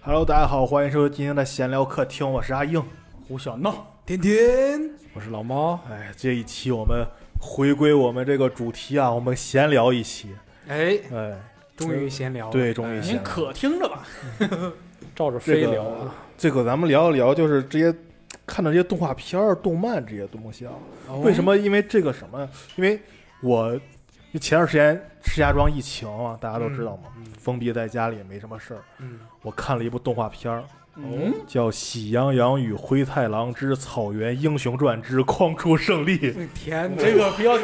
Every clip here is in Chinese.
Hello，大家好，欢迎收听今天的闲聊客厅，我是阿硬，胡小闹，天天，我是老猫。哎，这一期我们回归我们这个主题啊，我们闲聊一期，哎，哎，终于闲聊了，对，终于闲哎您聊可听 着吧，照这着飞个聊啊，这个咱们聊一聊，就是这些看的这些动画片儿、动漫这些东西啊，哦为什么？因为这个什么？因为我前段时间石家庄疫情啊，大家都知道嘛，嗯嗯封闭在家里也没什么事儿。嗯，我看了一部动画片儿，嗯，叫《喜羊羊与灰太狼之草原英雄传之框出胜利》。天哪，这个比较，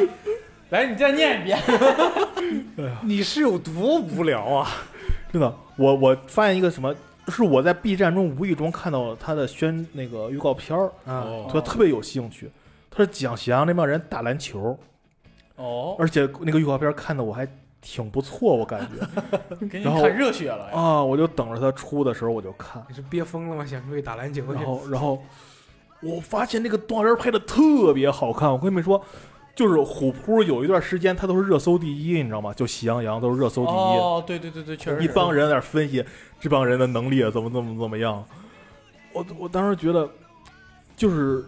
来你再念一遍，你是有多无聊啊？真的，我我发现一个什么，是我在 B 站中无意中看到了它的宣那个预告片儿，啊，哦他特别有兴趣。他是讲喜羊羊那帮人打篮球，哦，而且那个预告片看的我还挺不错，我感 觉给你然后看热血了呀，啊，我就等着它出的时候我就看。你是憋疯了吗？想出去打篮球去？然后，然后我发现那个动画片拍的特别好看。我跟你们说，就是虎扑有一段时间它都是热搜第一，你知道吗？就喜羊羊都是热搜第一，哦，对对对对，确实一是帮人在那儿分析这帮人的能力啊怎么怎么怎么样。我我当时觉得，就是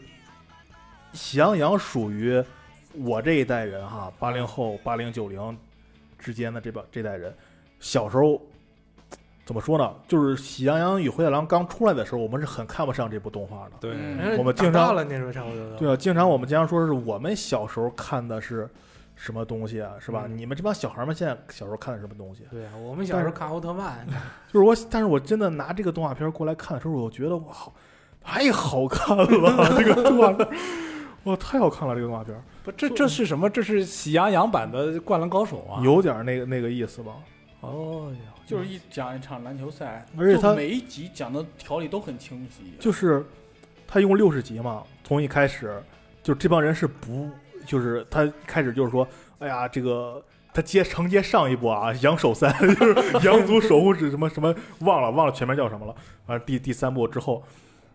喜羊羊属于我这一代人哈，八零后、八零九零之间的这帮这代人，小时候。怎么说呢？就是《喜羊羊与灰太狼》刚出来的时候，我们是很看不上这部动画的。对嗯哎我们打经大常了那时候差不多都，对啊，经常我们经常说是我们小时候看的是什么东西啊，是吧？嗯你们这帮小孩们现在小时候看的是什么东西？对啊，我们小时候看奥特曼，就是我，但是我真的拿这个动画片过来看的时候，我觉得我好太好看了， 这个动画片，哇，太好看了，这个动画片，不，这这是什么？这是喜羊羊版的《灌篮高手》啊！有点那个那个意思吧？哦哟，就是一讲一场篮球赛，而且就他每一集讲的条理都很清 晰，就是他一共六十集嘛，从一开始就这帮人是不，就是他一开始就是说，哎呀，这个他接承接上一波啊，羊守三 就是羊族守护者什么什么忘了忘了全名叫什么了，反正第第三部之后，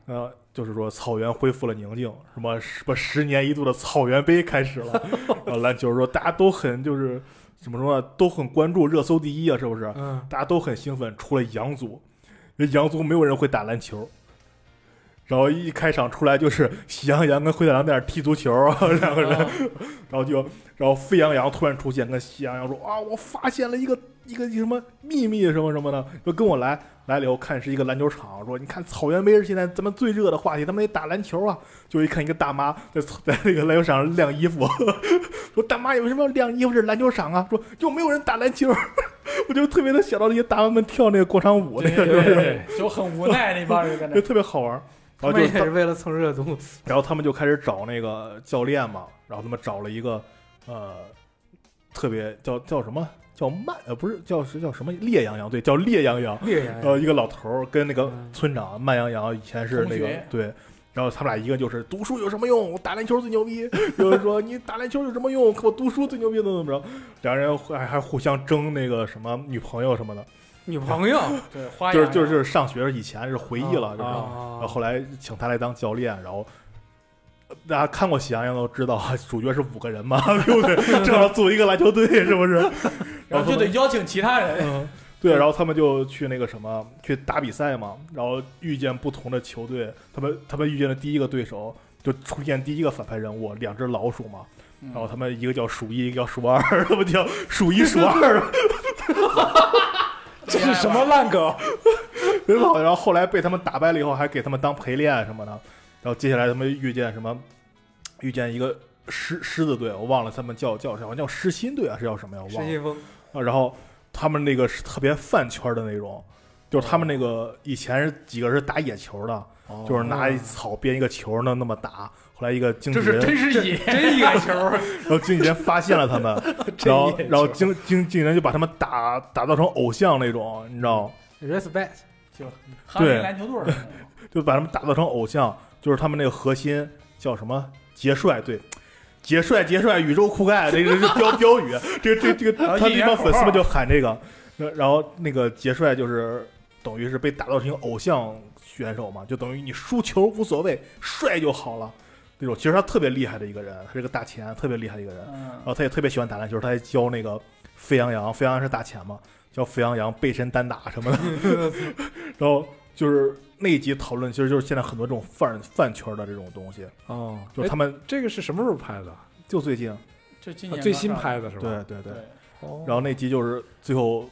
呃，就是说草原恢复了宁静，什么什么十年一度的草原杯开始了， 呃然后篮球说大家都很就是怎么说呢，都很关注热搜第一啊，是不是？嗯，大家都很兴奋，除了羊族，因为羊族没有人会打篮球。然后一开场出来就是喜羊羊跟灰太狼在那儿 踢足球，两个人，啊然后就，然后沸羊羊突然出现，跟喜羊羊说啊，我发现了一个一个什么秘密什么什么的，说跟我来，来了以后看是一个篮球场，说你看草原杯是现在咱们最热的话题，他们得打篮球啊，就一看一个大妈在草在那个篮球 场上晾衣服，说大妈你为什么要晾衣服？这是篮球场啊，说 又没有人打篮球，我就特别的想到那些大妈们跳那个广场舞那个，对就对是对，就很无奈那帮人在 那就特别好玩儿。他然哦后们就也是是为了蹭热度，然后他们就开始找那个教练嘛，然后他们找了一个呃特别叫叫什么叫慢呃不是叫是叫什么烈羊羊对叫烈羊羊，烈焰然哦后一个老头儿跟那个哎嗯村长慢羊羊以前是那同个学对。然后他们俩一个就是读书有什么用？我打篮球最牛逼。有人说你打篮球有什么用？我读书最牛逼，怎么怎么着？两人还还互相争那个什么女朋友什么的，女朋友对哎花就样是就是就是上学以前是回忆了，就是然后啊，后来请他来当教练，然后呃大家看过《喜羊羊》都知道， 主角是五个人嘛， 对不对？正好组一个篮球队，是不是？然后就得邀请其他人，嗯，对。然后他们就去那个什么，去打比赛嘛，然后遇见不同的球队，他们他们遇见的第一个对手就出现第一个反派人物，两只老鼠嘛，嗯然后他们一个叫数一，一个叫数二， 他们叫数一数二， 这是什么烂梗？很好。然后后来被他们打败了以后，还给他们当陪练什么的。然后接下来他们遇见什么？遇见一个狮狮子队，我忘了他们叫叫什么，叫狮心队还是叫什么呀？我失忘了。心疯，啊然后他们那个是特别饭圈的那种，就是他们那个以前是几个是打野球的，就是拿一草编一个球那那么打。后来一个经纪这是人， 真是野，真野球，然后经纪人发现了他们， 真然后野然后球经经经纪人就把他们打打造成偶像那种，你知道吗？ respect，哈林对篮球队儿那种，就把他们打造成偶像，就是他们那个核心叫什么杰帅，对，杰帅杰帅宇宙酷盖，这个是标 标语，这个这个这个，他一那言帮口粉丝号们就喊这个，然然后那个杰帅就是等于是被打造成一个偶像选手嘛，就等于你输球无所谓，帅就好了那种。其实他特别厉害的一个人，他是个大前，特别厉害的一个人，嗯呃然，后他也特别喜欢打篮球，他还教那个嗯 沸羊羊，沸羊羊是大前嘛，教沸羊羊背身单打什么的。然后就是那一集讨论，其实就是现在很多这种饭饭圈的这种东西， 哦，就是哎他们这个是什么时候拍的？啊就最近，就今年最新刚上拍的是吧？对对对对，，哦然后那集就是最后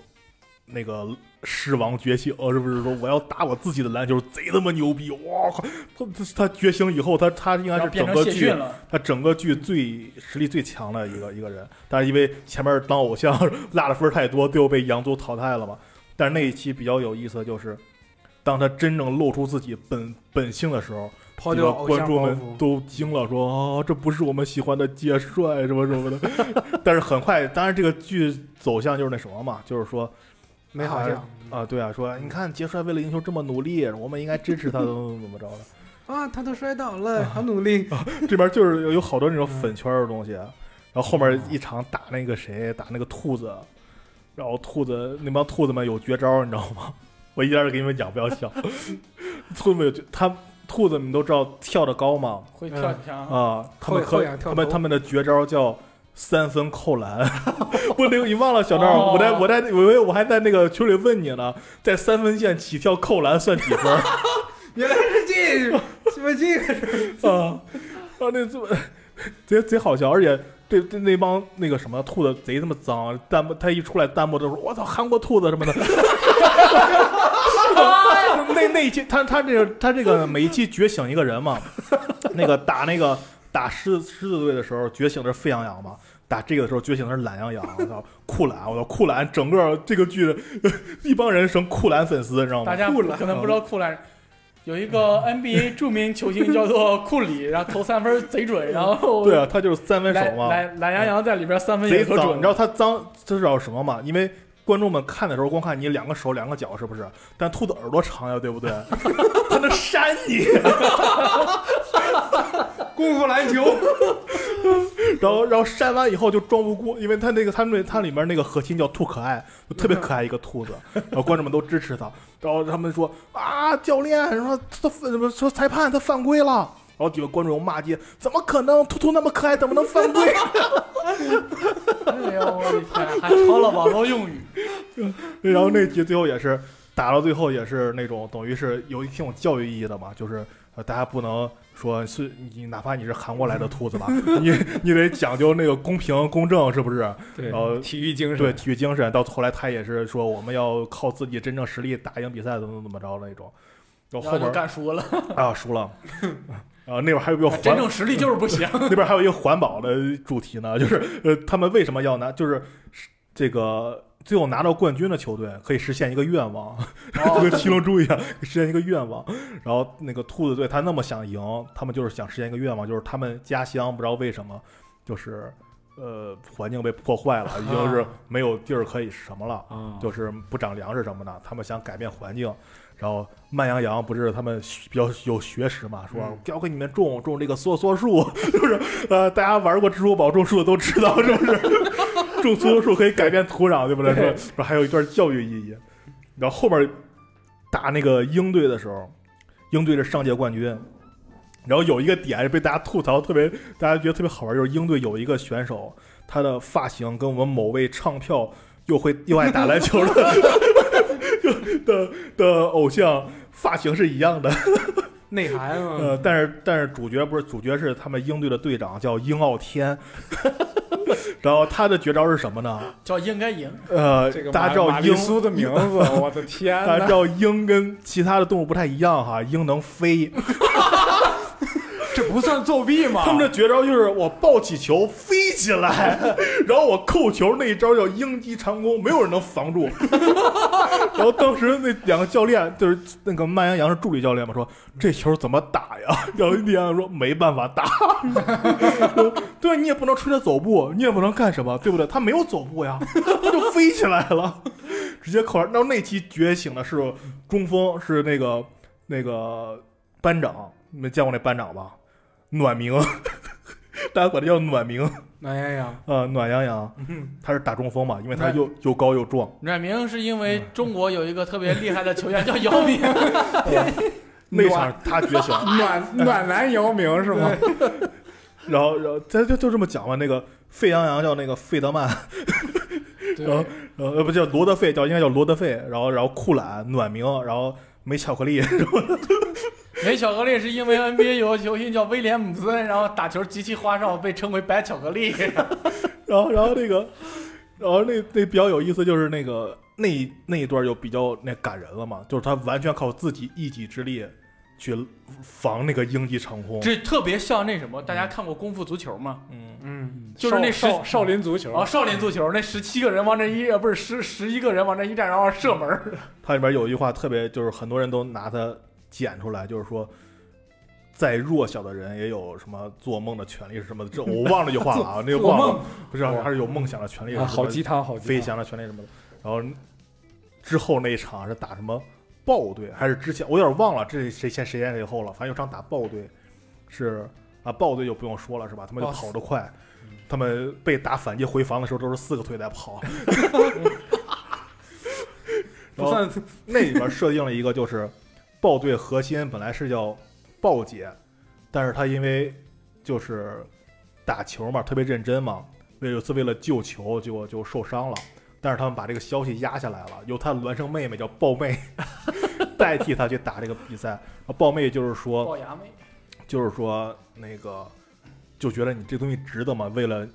那个狮王觉醒，是不是说我要打我自己的篮球，贼他妈牛逼！哇靠，他他他觉醒以后，他他应该然后是变整个成谢剧逊了，他整个剧最实力最强的一个一个人，但是因为前面当偶像 落的分儿太多，最后被洋族淘汰了嘛。但是那一期比较有意思的就是，当他真正露出自己本本性的时候，抛这掉个偶观像众包们袱，都惊了，说啊、这不是我们喜欢的杰帅什么什么的。 但是很快，当然这个剧走向就是那什么嘛，就是说没好像啊，对啊，说你看杰帅为了赢球这么努力，我们应该支持他，怎么怎么着的。啊，他都摔倒了，啊好努力，这边就是有有好多那嗯种粉圈的东西，啊然后后啊面一场打那个谁，打那个兔子，然后兔子那帮兔子们有绝招，你知道吗？我一点点给你们讲，不要 笑。兔子们有绝他兔子们都知道跳得高吗？会跳墙。啊，他们后可后仰跳他们投他们的绝招叫三分扣 篮。我那个你忘了小赵，哦我在我在我以为我还在那个群里问你呢，在三分线起跳扣篮算几分？原来是这，什么这个是 啊，啊，那这么贼贼好笑，而且这这那帮那个什么兔子贼他妈脏，弹幕他一出来弹幕都说我操韩国兔子什么的。 那那一期他他这个他这个每一期觉醒一个人嘛，那个打那个打狮子狮子队的时候觉醒的是沸羊羊嘛。打这个的时候觉醒的是懒羊羊，我操酷懒，我操酷懒，整个这个剧的 一帮人成酷啊嗯懒粉丝，你知道吗大？家库兰可能不知道库兰，有一个 NBA 著名球星叫做库里，然后投三分贼准，然后对啊，他就是三分手懒嘛。懒懒羊羊在里边三分也贼可脏，准，你知道它脏，这是叫什么吗？因为观众们看的时候光看你两个手两个脚是不是？但兔子耳朵长呀，对不对？它能扇你，功夫篮球？ 然后然后扇完以后就装无辜，因为它那个它那它里面那个核心叫兔可爱，就特别可爱一个兔子，然后观众们都支持它，然后他们说啊，教练说他说说裁判他犯规了。然后几个观众骂街：“怎么可能？兔兔那么可爱，怎么能犯规哎呦我的 天，还抄了网络用语，？”然后那集最后也是打到最后也是那种等于是有一挺有教育意义的嘛，就是呃大家不能说是你哪怕你是韩国来的兔子 吧，你你得讲究那个公平公正是不是？对然后体育精对神，体育精神，到后来他也是说我们要靠自己真正实力打赢比赛，怎么怎么着那种。然后然后后就面干输了，啊输 了，啊那边还有一个环真正实力就是不行。那边还有一个环保的主题呢， 就是呃，他们为什么要拿？就是这个最后拿到冠军的球队可以实现一个愿望，就跟七龙珠一样实现一个愿望。然后那个兔子队他那么想赢，他们就是想实现一个愿望，就是他们家乡不知道为什么就是呃环境被破坏了，已经是没有地儿可以什么了。啊，就是不长粮食什么的，他们想改变环境。然后慢羊羊不是他们学比较有学识嘛，说嗯教给你们种种这个梭梭树，就是呃，大家玩过支付宝种树的都知道，是不 是？种梭梭树可以改变土壤，对不对？说说还有一段教育意义。然后后面打那个鹰队的时候，鹰队是上届冠军，然后有一个点被大家吐槽特别，大家觉得特别好玩，就是鹰队有一个选手，他的发型跟我们某位唱票又会又爱打篮球的 的的偶像发型是一样的，内涵呃，嗯啊，但是但是主角不是主角是他们鹰队的队长叫鹰傲 天，然后他的绝招是什么呢？叫应该赢，呃，这个大家知道马丽鹰苏的 名字，我的天大家呐！知道鹰跟其他的动物不太一样哈，鹰能飞，这不算作弊吗他们的绝招就是我抱起球飞起来， 然后我扣球那一招叫鹰击长弓，没有人能防住。 然后当时那两个教练就是那个麦羊羊是助理教练嘛，说这球怎么打呀？ 然后麦羊说没办法打， 对你也不能吹着走步，你也不能干什么，对不对？他没有走步呀，他就飞起来了， 直接扣篮。然后那期觉醒的是中锋，是那个那个班长，你们见过那班长吧？暖明，大家管他叫暖明啊、暖哎洋洋，呃暖洋洋，他是打中锋嘛，因为他又又高又壮。阮明是因为嗯中国有一个特别厉害的球员叫姚明，那场他觉醒，暖暖男姚明是吗？然后然后他就就这么讲嘛，那个沸羊羊叫那个费德曼，然后对，嗯 呃不叫罗德费，叫应该叫罗德费，然后然后库懒暖明，然后没巧克力， 没巧克力是因为 NBA 有个球星叫威廉姆森，然后打球极其花哨，被称为白巧克力。然后然后那个，然后那那比较有意思就是那个那一那一段就比较那感人了嘛，就是他完全靠自己一己之力去防那个鹰击长空， 这特别像那什么，大家看过《功夫足球》吗？嗯，嗯，就是那少啊十少少林足球哦，，少林足球那十七个人往这一，呃，不是十十一个人往这一站，然后射门儿。它里边有一句话特别，就是很多人都拿它剪出来，就是说。再弱小的人也有什么做梦的权利是什么的？这我忘了这句话了 啊，那个做忘了梦哦不是，还是有梦想的权利，啊，好鸡鸡汤，好鸡飞汤。翔的权利什么的。然后之后那一场是打什么豹队，还是之前我有点忘了，这谁先谁先谁后了。反正有场打豹队是啊，豹队就不用说了是吧？他们就豹跑得快，嗯他们被打反击回防的时候都是四个腿在 跑。 然不后算那里边设定了一个就是豹队核心本来是叫豹姐，但是她因为就是打球嘛，特别认真嘛，为有次为了救球，结果就受伤了。但是他们把这个消息压下来了，由她的孪生妹妹叫豹妹 代替她去打这个比赛。然后豹妹就是说，龅牙妹，就是说那个就觉得你这东西值得吗？为了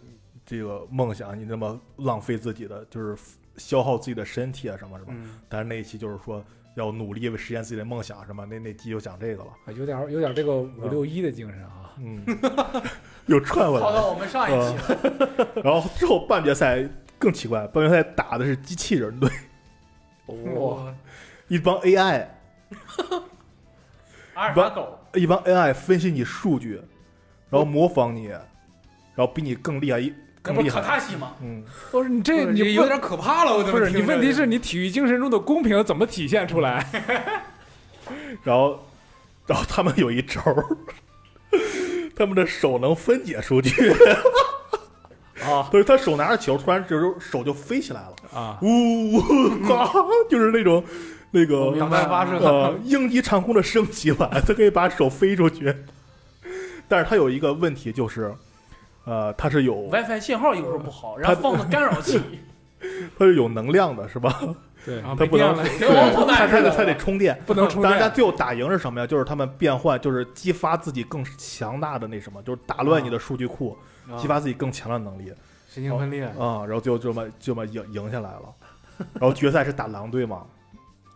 这个梦想，你那么浪费自己的，就是消耗自己的身体啊什么什么。嗯，但是那一期就是说要努力为实现自己的梦想什么，那那期就讲这 个了，啊有点儿有点儿这个五六一的精神啊。嗯， 又串回来跑了。到我们上一期了。然后之后半决赛更奇怪，半决赛打的是机器人队，哦哦哇，一帮 AI，阿尔法狗，一帮 AI 分析你数据，然后模仿你，然后比你更厉害一那更不厉是可害，卡西吗？嗯，不是你这不是你有问点可怕了，我怎不么是听你着问题是你体育精神中的公平怎么体现出来？然后然后他们有一招儿， 他们的手能分解数 据，啊就是他手拿着球，突然就是手就飞起来了。啊！呜呜，呱，就是那种那嗯我个明白发射呃鹰击长空的升级版，它可以把手飞出去。但是它有一个问题就是，呃，它是有 WiFi 信号有时候不好，然后放的干扰 器，它是有能量的，是吧？对，啊它不能没电了给我破它烂它似得它的。得充电。 不能充当然，它电。最后打赢是什么呀？就是他们变换，就是激发自己更强大的那什么，就是打乱你的数据库，激发自己更强的能力神经分哦裂，啊、然后最后就这么就这么赢赢下来了。然后决赛是打狼队嘛？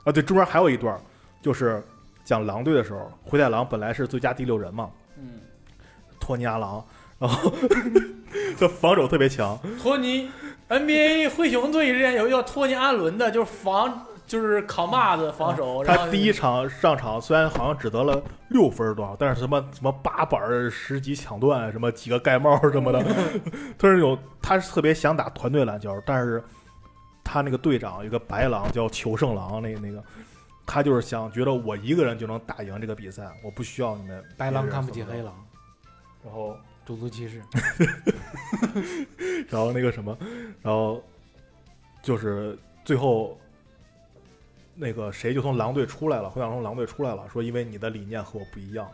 啊，对，中间还有一段儿就是讲狼队的时候，灰太狼本来是最佳第六人嘛，嗯，托尼阿狼，然后 他防守特别强，托尼 NBA 灰熊队之前有一个叫托尼阿伦的，就是防就是扛把子防守，然后啊他第一场上场虽然好像只得了六分儿多少，但是什么什么八板儿十级抢断，什么几个盖帽儿什么的，他是有他是特别想打团队篮球，但是他那个队长有一个白狼叫求胜狼，那那个。他就是想觉得我一个人就能打赢这个比赛，我不需要你们。白狼看不起黑。狼，然后种族歧视。然后那个什么，然后就是最后那个谁就从狼队出来了，灰狼从狼队出来了，说因为你的理念和我不一样，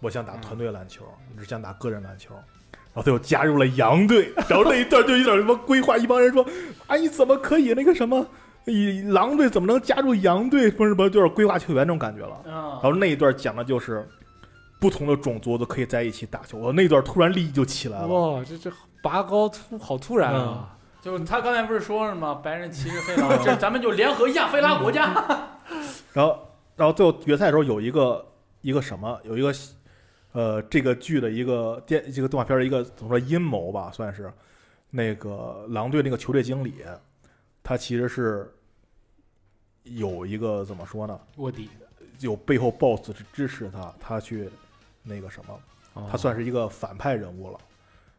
我想打团队篮球，你只想打个人篮球。然后他又加入了羊队，然后那一段就有点什么规划，一帮人说：“哎，你怎么可以那个什么，以狼队怎么能加入羊队？不是什么，就是规划球员这种感觉了。”然嗯，后那一段讲的就是不同的种族都可以在一起打球。我那一段突然立意就起来了，哇，这这拔高突好突然啊！嗯就是他刚才不是说了吗？白人歧视 黑狼，这咱们就联合亚非拉国家。然后，然后最后决赛的时候有一个一个什么，有一个呃，这个剧的一个电这个动画片的一个怎么说阴谋吧，算是那个狼队那个球队经理，他其实是有一个怎么说呢，卧底，有背后 BOSS 去支持他，他去那个什么，嗯哦他算是一个反派人物了。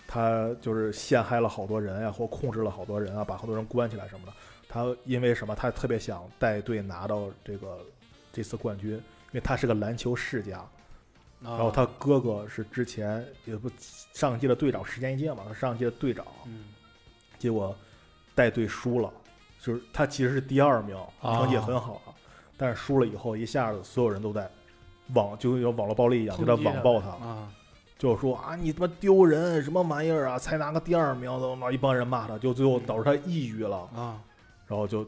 他就是陷害了好多人呀、或控制了好多人啊，把好多人关起来什么的。他因为什么？他特别想带队拿到这个这次冠军，因为他是个篮球世家。然然啊后，哦他哥哥是之前也不上一届的队长石间一介嘛，他上一届的队长，嗯，结果带队输了，就是他其实是第二名，啊成绩也很好啊，但是输了以后，一下子所有人都在网就有网络暴力一样，就在抨击他网暴他。啊，就说啊，你他妈丢人，什么玩意儿啊，才拿个第二名，怎么怎么一帮人骂他，就最后导致他抑郁了，啊，然后就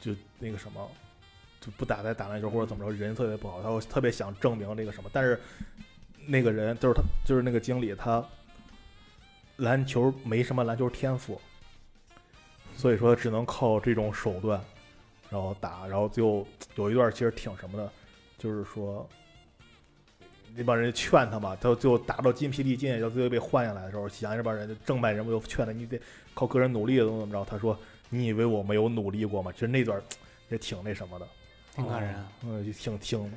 就那个什么，就不打在打篮球或者怎么着，人特别不好，他会特别想证明这个什么，但是那个人就是他，就是那个经理，他篮球没什么篮球天赋，所以说只能靠这种手段，然后打，然后就有一段其实挺什么的，就是说那帮人劝他嘛，他最后打到筋疲力尽，然后最后被换下来的时候，喜羊这帮人就正派人物就劝他，你得靠个人努力怎么怎么着，他说你以为我没有努力过吗？其实那段也挺那什么的，挺感人啊。哦嗯，也挺挺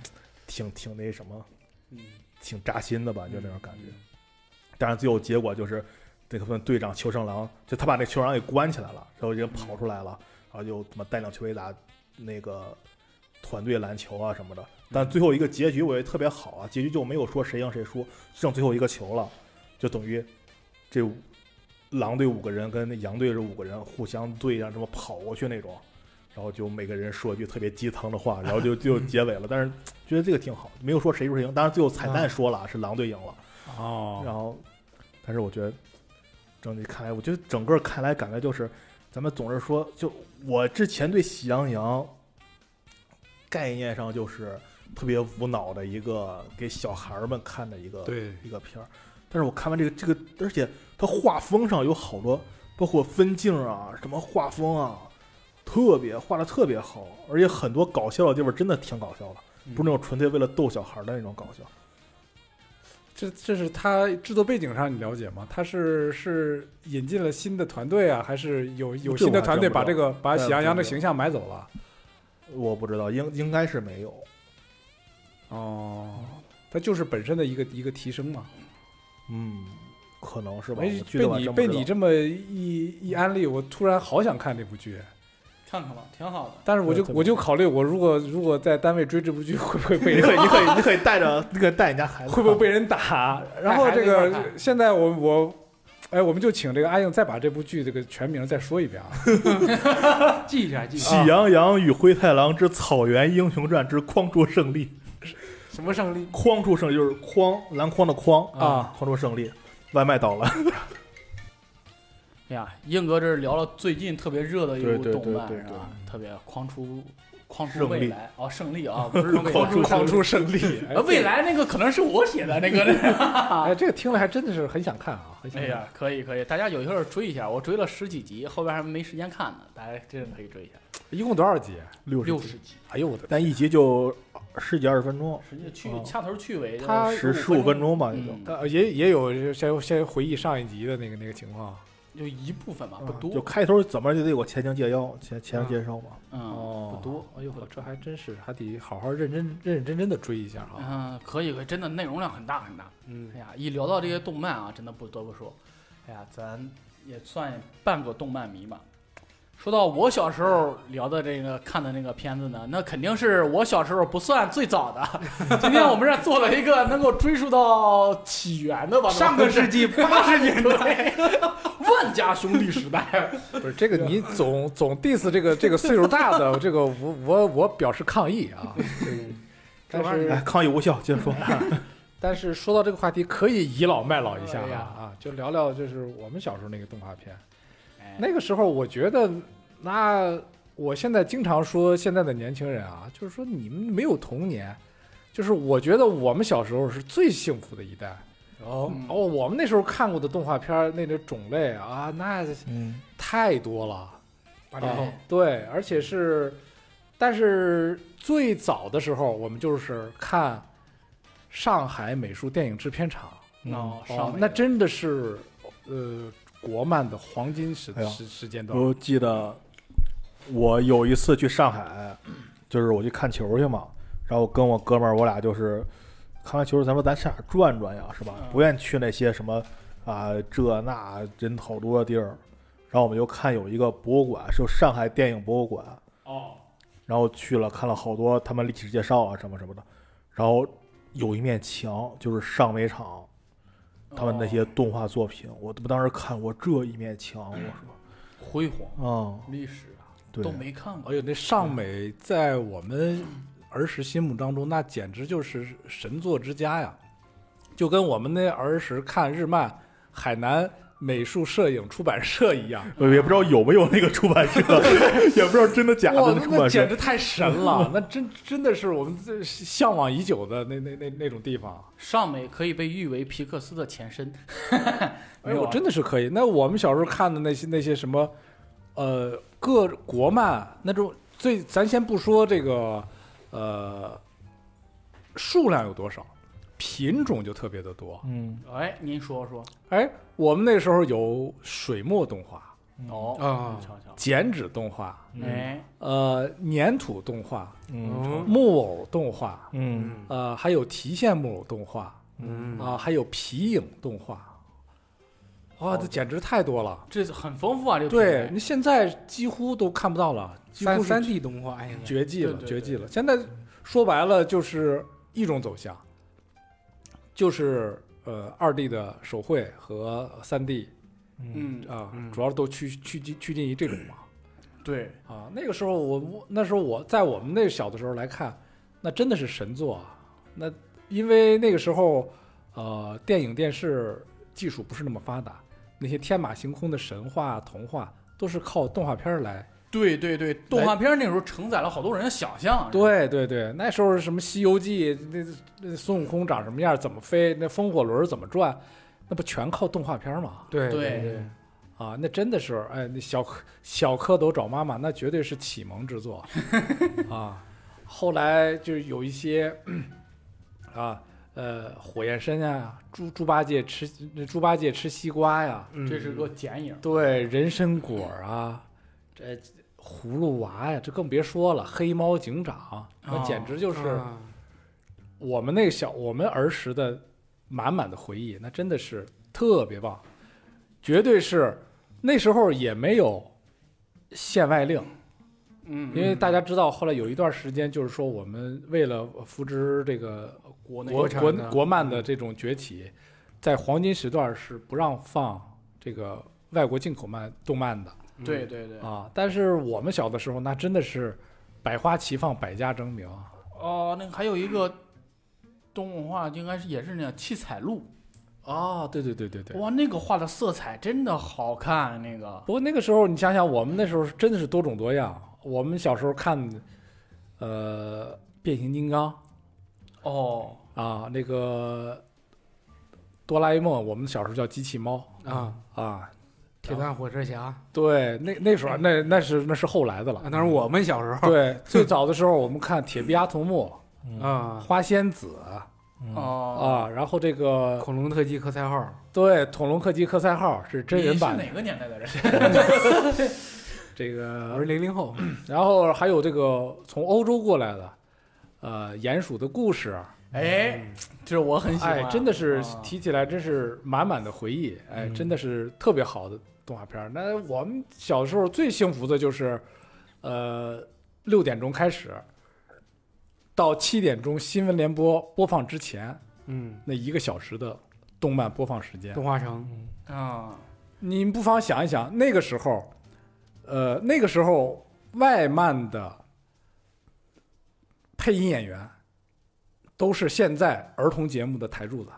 挺挺那什么，嗯，挺扎心的吧，就那种感觉。但是最后结果就是，这个队长邱胜郎，就他把那邱胜郎给关起来了，然后人跑出来了，然后就他妈带领邱伟打那个团队篮球啊什么的。但最后一个结局我觉得特别好啊，结局就没有说谁赢谁输，剩最后一个球了，就等于这五狼队五个人跟那羊队这五个人互相对上，这么跑过去那种。然后就每个人说一句特别鸡汤的话，然后就就结尾了。但是觉得这个挺好，没有说谁输谁赢。当然最后彩蛋说了、是狼队赢了，哦，然后，但是我觉得整体看来，我觉得整个看来感觉就是，咱们总是说，就我之前对喜羊羊概念上就是特别无脑的一个给小孩儿们看的一个对，一个片儿，但是我看完这个这个，而且它画风上有好多，包括分镜啊，什么画风啊，特别画的特别好，而且很多搞笑的地方真的挺搞笑的，嗯不是那种纯粹为了逗小孩儿的那种搞笑。这这是他制作背景上你了解吗？他是是引进了新的团队啊，还是有有这新我的还团队真不把这个把这喜羊我羊的真不知道形象买走了？我不知道，应应该是没有。哦，它就是本身的一个一个提升嘛。嗯，可能是吧。哎我，具体被我还你真不被知你道这么一一安利，我突然好想看这部剧，看看吧，挺好的。但是我就对特别我就考虑，我如果如果在单位追这部剧，会不会被你 可人以你可以你可以带着 你可以带你家孩子看，啊会不会被人打？然后带孩子这一块儿个看现在我我，哎，我们就请这个阿英再把这部剧这个全名再说一 遍啊。记一下，记一下。喜羊羊与灰太狼之草原英雄传之框住胜利》？什么胜利？框住胜利就是框篮筐的框啊框住胜利。外卖到了，哎呀，硬哥这是聊了最近特别热的一对部对动漫对对是吧？特别框出框出胜未利来哦，胜利啊，不是未框来出框出胜 利，哎呃未来那个可能是我写的那个。哎，这个听了还真的是很想看啊，很想哎看。呀，可以可以，大家有一会儿追一下，我追了十几集，后边还没时间看呢，大家真的可以追一下。一共多少集？六六集，十集，哎呦我的， 但一集就十几二十分钟，实际去哦掐头去尾，它十十五分钟钟吧，也就。嗯，呃也也有先先回忆上一集的那个那个情况。啊就一部分吧，不嗯就多，开头怎么就得有个前情介绍，前前情介绍嘛。嗯，不多，哎呦，我这还真是还得好好认真认认真真的追一下啊哈。嗯，可以可以，真的内容量很大很大。嗯哎呀，一聊到这些动漫啊，真的不得不说，哎呀，咱也算半个动漫迷嘛。说到我小时候聊的这个看的那个片子呢，那肯定是我小时候不算最早的。今天我们这儿做了一个能够追溯到起源的吧，上个 世纪八十年代，代万家兄弟时代。不是这个，你 总总 diss 这个这个岁数大的这个，我我我表示抗议啊！嗯 但玩意是哎，抗议无效，接着说。 但是说到这个话题，可以倚老卖老一下哎啊呀啊，就聊聊就是我们小时候那个动画片。哎那个时候，我觉得那我现在经常说现在的年轻人啊，就是说你们没有童年，就是我觉得我们小时候是最幸福的一代。哦嗯哦，我们那时候看过的动画片儿那个种类啊，那嗯，太多了。八零后哎哦对，而且是，但是最早的时候，我们就是看上海美术电影制片厂，哦，上哦面，那真的是，呃，国漫的黄金时哎呀时时间段。我记得我有一次去上海，就是我去看球去嘛，然后跟我哥们儿我俩就是看完球，咱说咱上哪儿转转呀，是吧嗯？不愿意去那些什么啊、这那人好多的地儿，然后我们就看有一个博物馆，是上海电影博物馆，哦，然后去了看了好多他们历史介绍啊什么什么的，然后有一面墙就是上美场他们那哦些动画作品，我他妈当时看过这一面墙，我说，辉煌嗯，历史啊，对都，没看过。哎呦，那上美在我们儿时心目当中，那简直就是神作之家呀！就跟我们那儿时看日漫，海南美术、摄影、出版社一样。呃也不知道有没有那个出版社， 也不知道真的假哇的，出那版社简。直太神了！那真真的是我们这向往已久的那那那那种地方。尚美可以被誉为皮克斯的前身。没哎，有啊我真的是可以。那我们小时候看的那些那些什么，呃，各国漫那种最，咱先不说这个，呃，数量有多少，品种就特别的多。嗯，哎，您说说哎，我们那时候有水墨动画、哦，啊你瞧瞧，剪纸动画、嗯哎，呃，粘土动画、嗯木偶动画，嗯嗯呃，还有提线木偶动画嗯啊、还有皮影动画。哇，这简直太多了！这很丰富啊，这个品对类你现在几乎都看不到了，几乎三是三 D 动画，哎呀，绝迹了，对对绝迹对了。现在说白了就是一种走向，就是呃二 D 的手绘和三 D 嗯嗯，啊，嗯主要都趋趋近趋近于这种嘛。对，啊，那个时候我我那时候我在我们那小的时候来看，那真的是神作啊。那因为那个时候，呃，电影电视技术不是那么发达，那些天马行空的神话童话都是靠动画片儿来对对对，动画片那时候承载了好多人的想象。是吧，对对对，那时候是什么《西游记》那，那孙悟空长什么样，怎么飞，那风火轮怎么转，那不全靠动画片吗？对对对，啊，那真的是，哎，那小小蝌蚪找妈妈，那绝对是启蒙之作啊。后来就有一些啊，呃，火焰山啊，猪猪八戒吃猪八戒吃西瓜呀，嗯这是个剪影。对，人参果啊，这葫芦娃呀，这更别说了，黑猫警长，那啊简直就是。啊我们那个小我们儿时的满满的回忆，那真的是特别棒，绝对是那时候也没有限外令，嗯，因为大家知道后来有一段时间就是说我们为了扶植这个国内国产国的国漫的这种崛起，在黄金时段是不让放这个外国进口漫动漫的对对对，啊，但是我们小的时候那真的是百花齐放，百家争鸣啊。哦，那个还有一个动画，应该是也是那样七彩鹿，啊，对对对对对，哇，那个画的色彩真的好看，那个不过那个时候，你想想，我们那时候是真的是多种多样。我们小时候看，呃，变形金刚哦，啊，那个哆啦 A 梦，我们小时候叫机器猫啊，啊。铁腕火车侠啊，对，那那时候那那是那是后来的了。那是我们小时候对， 最早的时候我们看铁臂阿童木、啊，花仙子哦啊，然后这个恐龙特技科赛号，对《恐龙克吉克赛号》是真人版你的是哪个年代的人？ 这个我 是零零后，然后还有这个从欧洲过来的，呃，鼹鼠的故事，啊哎，这是我很喜欢，嗯哎，真的是啊提起来真是满满的回忆，哎，嗯真的是特别好的动画片儿。那我们小时候最幸福的就是，呃，六点钟开始，到七点钟新闻联播播放之前嗯，那一个小时的动漫播放时间。动画城，啊，你们不妨想一想，那个时候，呃，那个时候外漫的配音演员都是现在儿童节目的台柱子。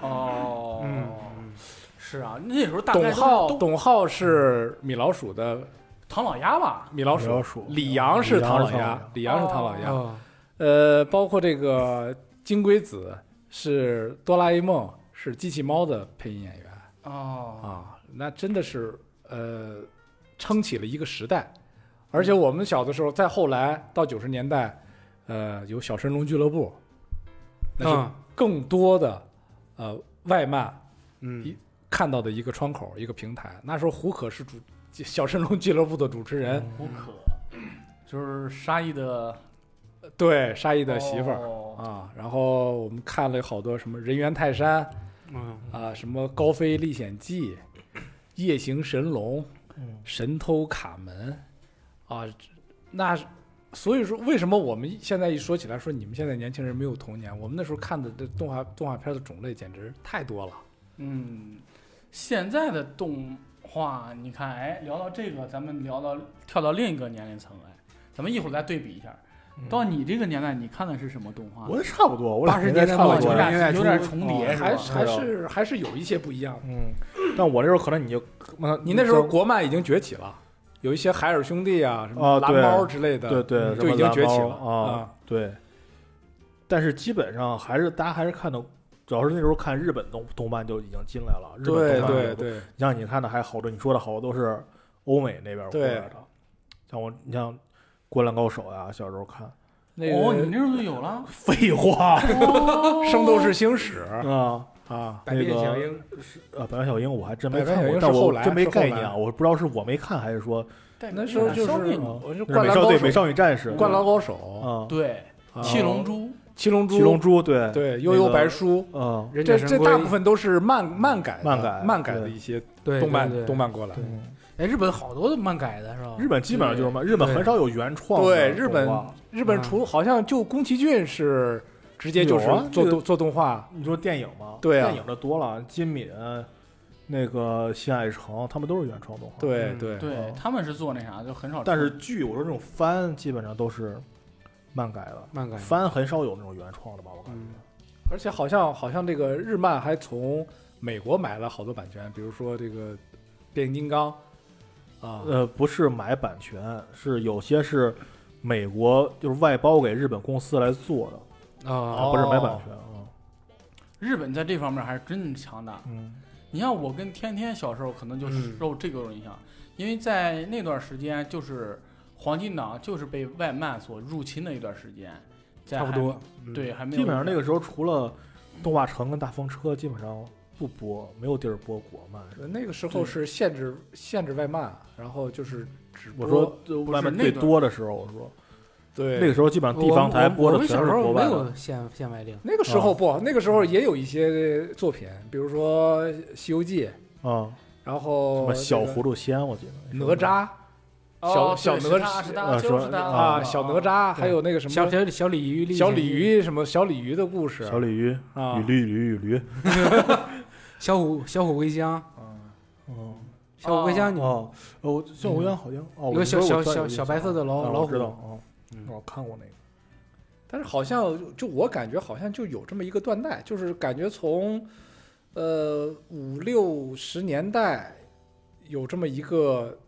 哦，嗯，是啊，那时候大概董都浩，都董浩是米老鼠的唐老鸭吧？米老米鼠，老鼠李阳是唐老李阳是唐老鸭鸭，李阳是唐老哎鸭。哦，呃，包括这个金龟子是哆啦 A 梦，是机器猫的配音演员哦，啊，那真的是呃，撑起了一个时代。而且我们小的时候，再后来到九十年代，呃，有小神龙俱乐部，那是嗯更多的呃外漫嗯看到的一个窗口，一个平台。那时候胡可是主小神龙俱乐部的主持人，胡可，就是沙溢的哦对沙溢的媳妇儿、儿，啊。然后我们看了好多什么《人猿泰山》嗯，啊，什么《高飞历险记》《夜行神龙》《嗯神偷卡门》啊，那所以说为什么我们现在一说起来说你们现在年轻人没有童年？我们那时候看的这动画动画片的种类简直太多了。嗯，现在的动画，你看，哎，聊到这个，咱们聊到跳到另一个年龄层来，咱们一会儿再对比一下。嗯到你这个年代，你看的是什么动画？哦我也差不多，我俩80应该年代差末不多有90了。嗯年代点有点初重叠，还哦吧？还是还是有一些不一样的。嗯，但我那时候可嗯能你就，妈你那时候国漫已经崛起了，有一些海尔兄弟啊，什么啊蓝对猫之类的，对对什嗯就么已经蓝崛起猫了嗯啊。对，但是基本上还是大家还是看的，主要是那时候看日本动动漫就已经进来了，日本对动漫啊也对不对，像你看的还好多，你说的好多都是欧美那边过对来的，像我，你像《灌篮高手》呀，小时候看，那哦，你个那时候就有 了，哦废话《圣斗士星矢啊》啊，百变那个小樱，啊！百万小樱我还真没百看万小过，樱但是后我来真没是后概来念啊，我不知道是我没看还是说那时候就是哦消灭你我那是是灌美篮少高对手美，少女战士灌篮高手，啊，对，啊七龙珠，七龙珠，七龙珠对对，悠悠白，书，那个啊忍这者神这龟大部分都是漫漫改的漫改漫改的对一些对动漫对对动漫过来。对嗯哎，日本好多漫改的是吧？日本基本上就是嘛，日本对很少有原创的啊对日本动画，日本除好像就宫崎骏是直接就是啊有啊做这个动做动画，你说电影嘛，对啊电影的多了，金敏、那个新海诚，他们都是原创动画。，对嗯对哦对他们是做那啥，就很少出。但是剧，我说这种番基本上都是漫改的，漫改，番很少有那种原创的吧？我感嗯，而且好像好像这个日漫还从美国买了好多版权，比如说这个变形金刚啊觉，，呃，不是买版权，是有些是美国就是外包给日本公司来做的，啊啊哦不是买版权啊。日本在这方面还是真强大。嗯，你像我跟天天小时候可能就是嗯受这个影响，因为在那段时间就是黄金档就是被外漫所入侵的一段时间，在差不还多，嗯对，还没嗯有基本上那个时候除了动画城跟大风车，基本上不播，没有地儿播国漫。呃那个时候是限制限制外漫，然后就是直播。我说呃不外是面那最段多的时候，我说对那个时候基本上啊地方台播的全是国外我们小时候没的。嗯有限限外令，那个时候不，那个时候也有一些作品，比如说《西游记》，哦啊，然什后么小这个葫芦仙，我记得哪吒哦对小小是哪他是他呃就说是他啊啊，小哪吒，还有那个什小么小小鲤鱼，小鲤，鱼什么小鲤鱼的故事小鲤鱼、啊雨，驴、雨驴、雨驴。小虎小虎归乡，哦小虎归乡，你哦，我小嗯狐仙好像哦，有我个小那时候小我知道小有小白色的老啊老我知道虎，啊嗯，我看过那个。但是好像就就我感觉好像就有这么一个断代，就是感觉从呃五六十年代有这么一个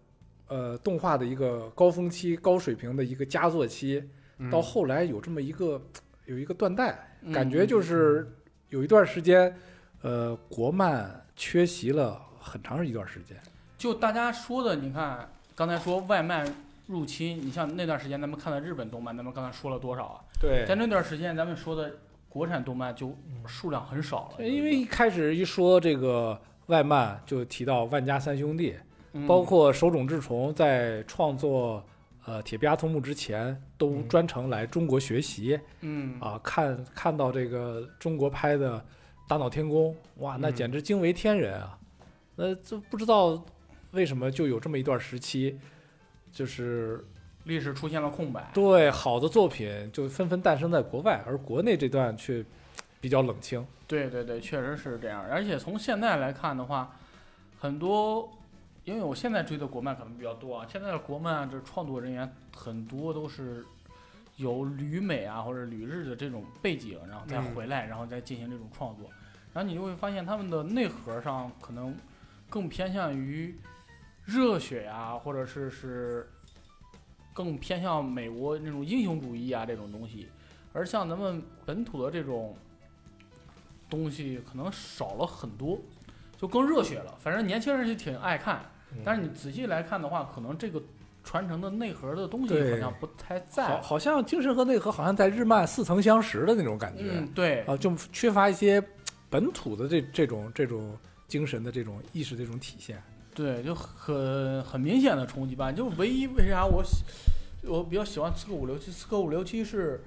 呃动画的一个高峰期、高水平的一个佳作期，嗯嗯到后来有这么一个有一个断代，嗯感觉就是有一段时间，呃，国漫缺席了很长一段时间。就大家说的，你看刚才说外漫入侵，你像那段时间咱们看的日本动漫，咱们刚才说了多少啊？对嗯在那段时间咱们说的国产动漫就数量很少了，因为一开始一说这个外漫，就提到万家三兄弟，嗯包括手冢治虫在创作呃《铁臂阿童木》之前，都嗯专程来中国学习嗯啊，看看到这个中国拍的《大闹天宫》，哇，那嗯简直惊为天人啊！那这不知道为什么就有这么一段时期，就是历史出现了空白，对好的作品就纷纷诞生在国外，而国内这段却嘖比较冷清。对对对，确实是这样。而且从现在来看的话，很多，因为我现在追的国漫可能比较多啊，现在的国漫这创作人员很多都是有旅美啊或者旅日的这种背景，然后再嗯回来，然后再进行这种创作，然后你就会发现他们的内核上可能更偏向于热血啊，或者是是更偏向美国那种英雄主义啊这种东西，而像咱们本土的这种东西可能少了很多，就更热血了。反正年轻人是挺爱看，嗯但是你仔细来看的话，可能这个传承的内核的东西对好像不太在好，。好像精神和内核好像在日漫似曾相识的那种感觉。嗯，对，啊，就缺乏一些嘖本土的这这种这种精神的这种意识的这种体现。对，就很很明显的冲击吧。就唯一为啥我喜我比较喜欢刺客伍六七，刺客伍六七是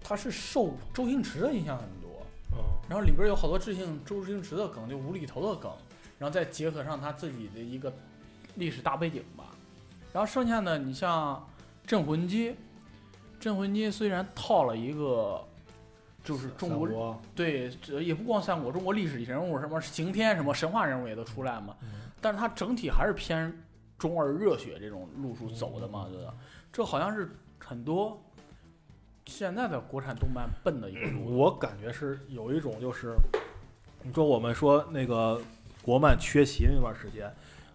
它是受周星驰的影响很多，哦然后里边有好多致敬周星驰的梗，就无厘头的梗，然后再结合上他自己的一个历史大背景吧。然后剩下的你像《镇魂街》，《镇魂街》虽然套了一个就是中国国对，这也不光三国，中国历史人物什么刑天什么神话人物也都出来嘛，嗯但是它整体还是偏中二热血这种路数走的嘛，对吧？这好像是很多现在的国产动漫 奔的一个路。我感觉是有一种就是，你说我们说那个国漫缺席那段时间，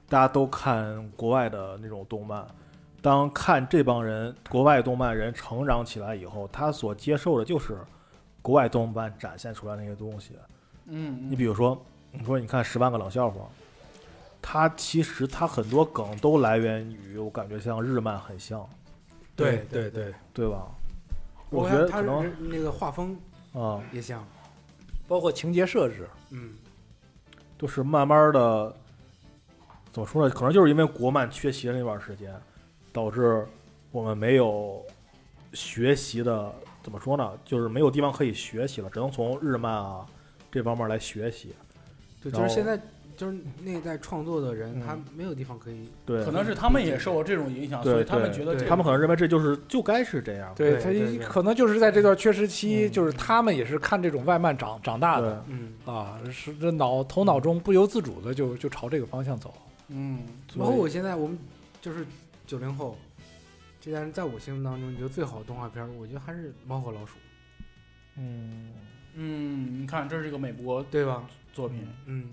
大家都看国外的那种动漫。当看这帮人国外动漫人成长起来以后，他所接受的就是国外动漫展现出来那些东西。嗯，你比如说，你说你看《十万个冷笑话》，它其实它很多梗都来源于，我感觉像日漫很像，对对对，对吧？我我觉看得啊他可能人那个画风啊、也像，包括情节设置，啊嗯，就是慢慢的，怎么说呢？可能就是因为国漫缺席的那段时间，导致我们没有学习的，怎么说呢？就是没有地方可以学习了，只能从日漫啊这方面来学习。对，然就后是现在就是那一代创作的人，嗯他没有地方可以，对，可能是他们也受这种影响，对所以他们对觉得这对个他们可能认为这就是就该是这样。对他对对可能就是在这段缺失期，嗯就是他们也是看这种外漫长长大对的，嗯。啊，是这脑头脑中不由自主的就就朝这个方向走。嗯，包括我现在我们就是九零后，这代人在我心目当中，你觉得最好的动画片儿，我觉得还是《猫和老鼠》，嗯，嗯，你看这是一个美国对吧？作品，嗯，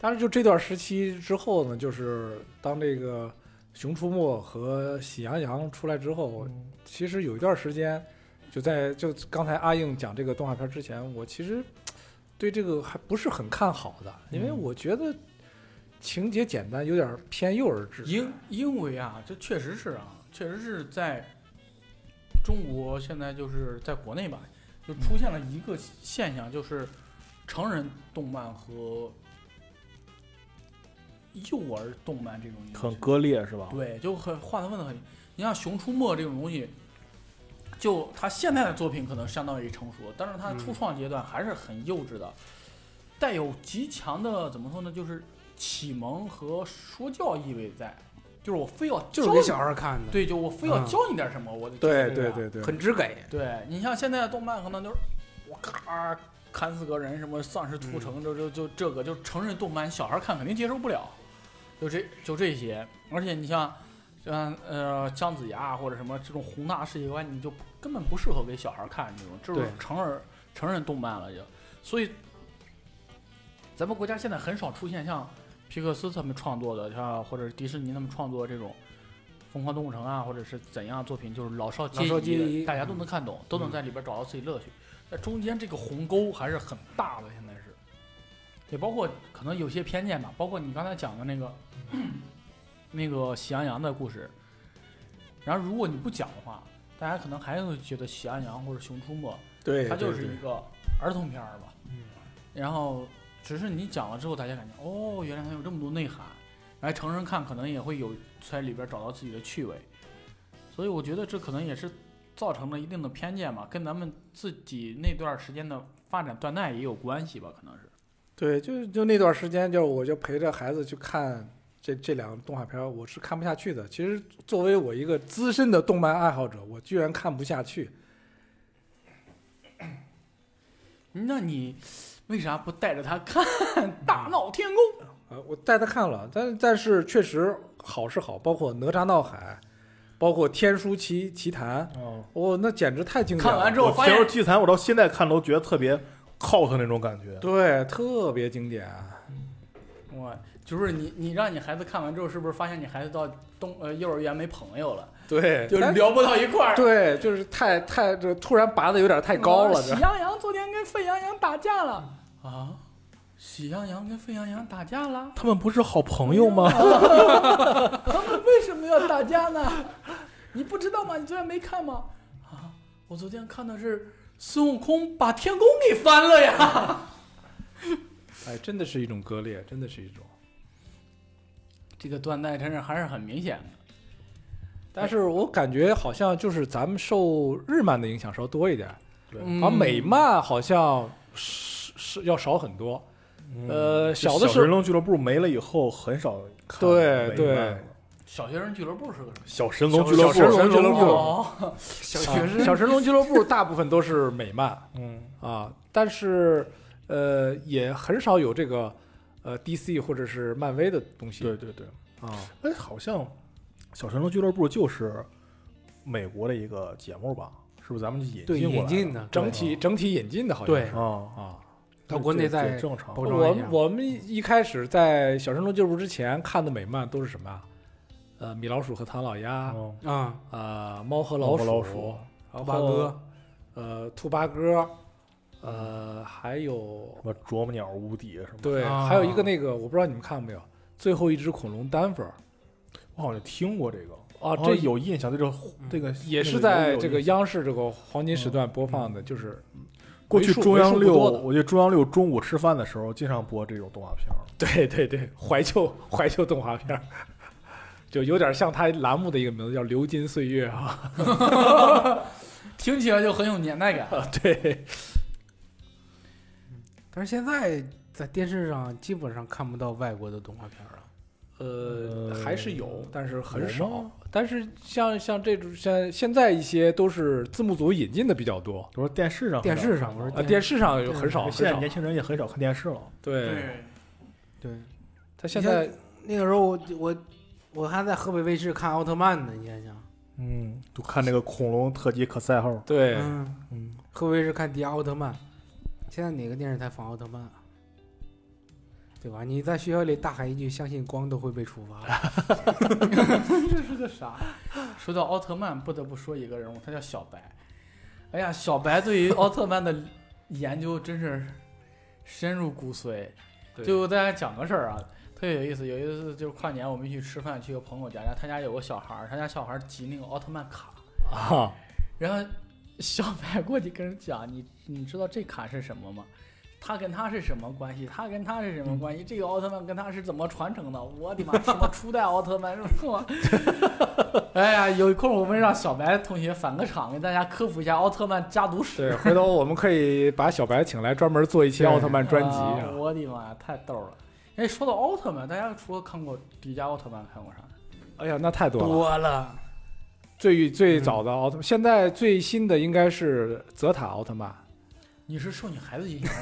但是就这段时期之后呢，就是当这个《熊出没》和《喜羊羊》出来之后，嗯其实有一段时间，就在就刚才阿硬讲这个动画片之前，我其实对这个还不是很看好的，因为嗯我觉得情节简单，有点偏幼儿制。因因为啊，这确实是啊，确实是在中国现在就是在国内吧，就出现了一个现象，就是成人动漫和幼儿动漫这种东西很割裂啊是吧？对，就很划分的很。你像《熊出没》这种东西，就他现在的作品可能相当于成熟，但是他嗯初创阶段还是很幼稚的，带有极强的怎么说呢，就是启蒙和说教意味在，就是我非要就是教给你小孩儿看的，，对，就我非要嗯教你点什么，我得教你啊对很直给，对你像现在的动漫可能就是我咔砍死个人，什么丧尸屠城，就就就这个，就成人动漫小孩看肯定接受不了，就这就这些。而且你像像呃姜子牙或者什么这种宏大世界观，你就不根本不适合给小孩看这种，这对种成人成人动漫了就。所以咱们国家现在很少出现像皮克斯他们创作的，像或者迪士尼他们创作这种。疯狂动物城啊，或者是怎样的作品，就是老少皆老少皆宜宜嗯的，大家都能看懂，都能在里边找到自己乐趣。在中间这个鸿沟还是很大的，现在是，也包括可能有些偏见吧，包括你刚才讲的那个 那个喜羊羊的故事。然后如果你不讲的话，大家可能还会觉得喜羊羊或者熊出没，对它就是一个儿童片儿吧。嗯然后只是你讲了之后，大家感觉哦，原来它有这么多内涵，来成人看可能也会有在里边找到自己的趣味，所以我觉得这可能也是造成了一定的偏见吧，跟咱们自己那段时间的发展断代也有关系吧，可能是。对，就就那段时间，就是我就陪着孩子去看这这两个动画片儿，我是看不下去的。其实作为我一个资深的动漫爱好者，我居然看不下去。那你为啥不带着他看《大闹天宫呃，我带他看了，但但是确实好是好，包括《哪吒闹海》，包括《天书奇奇谭》，哦，哦，那简直太经典了。看完之后我发前现面祭坛，我到现在看都觉得特别 cult 那种感觉。对，特别经典。》？啊嗯我就是你，你让你孩子看完之后，是不是发现你孩子到东呃幼儿园没朋友了，对，就但聊不到一块儿？对，就是太太这突然拔的有点太高了，哦喜 这羊羊昨天跟沸羊羊打架了啊！喜羊羊跟沸羊羊打架了，他们不是好朋友吗？ 他们为什么要打架呢？你不知道吗？你昨天没看吗？啊，我昨天看的是孙悟空把天宫给翻了呀！哎，真的是一种割裂，真的是一种。这个断代真是还是很明显的。但是我感觉好像就是咱们受日漫的影响稍多一点，嗯好像美漫好像是是要少很多。呃，就小的时神候，龙俱乐部没了以后，很少看对美对漫了小学生俱乐部是个什么？小神龙小俱乐小部，神龙俱乐部哦，小啊学生，小神龙俱乐部大部分都是美漫嗯，啊，但是呃也很少有这个呃 DC 或者是漫威的东西。对对对，啊，哎，好像小神龙俱乐部就是美国的一个节目吧？是不是咱们引对进过引来进的整体整体引进的好像对是啊？啊，到国内再正常。包装我一下。我们一开始在《小神龙救赎》之前看的美漫都是什么啊？呃，米老鼠和唐老鸭，嗯啊，啊，猫和猫老和鼠，老鼠然兔八后哥，呃，兔八哥，呃，还有什么啄木鸟无敌什么？对，啊还有一个那个，我不知道你们看过没有，《最后一只恐龙丹佛》我好像听过这个，啊，好这嗯像有印象，这个这个也是在这个央视这个黄金时段播放的，就是过去中央六，为数不多的我记得中央六中午吃饭的时候经常播这种动画片儿。 对对对，怀旧怀旧动画片儿，就有点像他栏目的一个名字叫《流金岁月》啊。 听起来就很有年代感。对，但是现在在电视上基本上看不到外国的动画片了。呃呃，还是有，但是很有少吗。但是像像这种像现在一些都是字幕组引进的比较多我说电视上，电视上我啊，说电视上有很少很现在少年。轻人也很少看电视了。对，，对，他现在那个时候我我我还在河北卫视看奥特曼呢，你想想，嗯，就看那个恐龙特级可赛号。对嗯，嗯，河北卫视看迪迦奥特曼，现在哪个电视台放奥特曼啊？对吧？你在学校里大喊一句“相信光”都会被处罚。这是个啥？ 说到奥特曼，不得不说一个人物，他叫小白。哎呀，小白对于奥特曼的研究真是深入骨髓。对就大家讲个事儿啊，特别有意思。有一次就是跨年，我们一起吃饭，去一个朋友家，然后他家有个小孩儿，他家小孩儿集那个奥特曼卡，啊，然后小白过去跟人讲，你你知道这卡是什么吗？他跟他是什么关系？他跟他是嗯什么关系？这个奥特曼跟他是怎么传承的？我的妈！什么初代奥特曼 是 吧？哎呀，有空我们让小白同学返个场，给大家科普一下奥特曼家族史。对，回头我们可以把小白请来，专门做一期奥特曼专辑啊啊。我的妈呀，太逗了！哎，说到奥特曼，大家除了看过迪迦奥特曼，看过啥？哎呀，那太 多了。多了，最最早的奥特曼，现在最新的应该是泽塔奥特曼。你是受你孩子影响？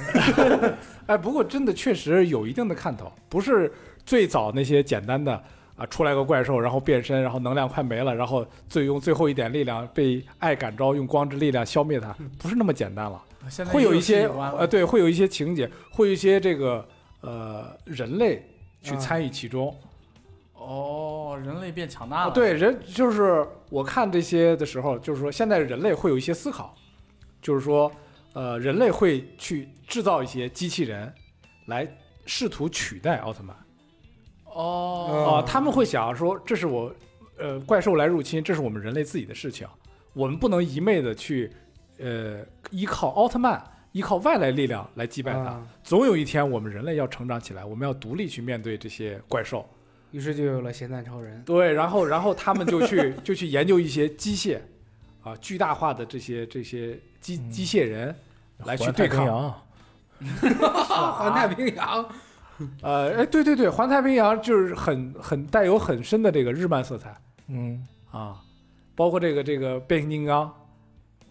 哎，不过真的确实有一定的看头，不是最早那些简单的啊，出来个怪兽，然后变身，然后能量快没了，然后最用最后一点力量被爱感召，用光之力量消灭它，不是那么简单了。现在会有也哎有一些呃，呃，对，会有一些情节，会有一些这个呃人类去啊参与其中。哦，人类变强大了。啊对，人就是我看这些的时候，就是说现在人类会有一些思考，就是说呃，人类会去制造一些机器人来试图取代奥特曼。哦，啊、他们会想说，这是我，呃，怪兽来入侵，这是我们人类自己的事情，我们不能一昧的去，呃，依靠奥特曼，依靠外来力量来击败它。啊总有一天，我们人类要成长起来，我们要独立去面对这些怪兽。于是就有了咸蛋 超人。对，然后，然后他们就去就去研究一些机械，啊，巨大化的这些这些机嗯机械人，来去环太对抗平洋啊环太平洋，呃，哎，对对对，环太平洋就是很很带有很深的这个日漫色彩。嗯，啊，包括这个这个变形金刚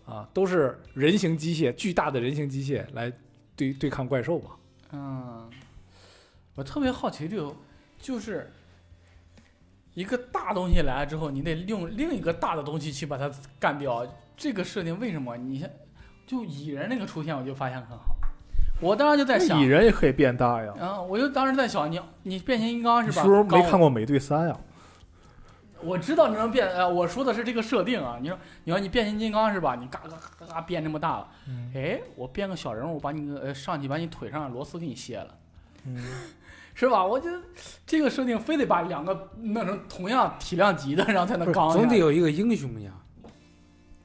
啊，都是人形机械，巨大的人形机械来对对抗怪兽嘛。嗯，我特别好奇这个，就是一个大东西来了之后，你得用另一个大的东西去把它干掉。这个设定为什么？你先就蚁人那个出现，我就发现很好。我当时就在那想蚁，人也可以变大呀。嗯，我就当时在想，你你变形金刚你是是吧？不是没刚看过《美队三》呀？我知道你能变，呃，我说的是这个设定啊。你说，你说你变形金刚是吧？你嘎嘎嘎嘎变那么大了，嗯哎，我变个小人物，把你呃上去把你腿上的螺丝给你卸了。嗯，是吧？我觉得这个设定非得把两个弄成同样体量级的，然后才不能是刚。总得。有一个英雄呀，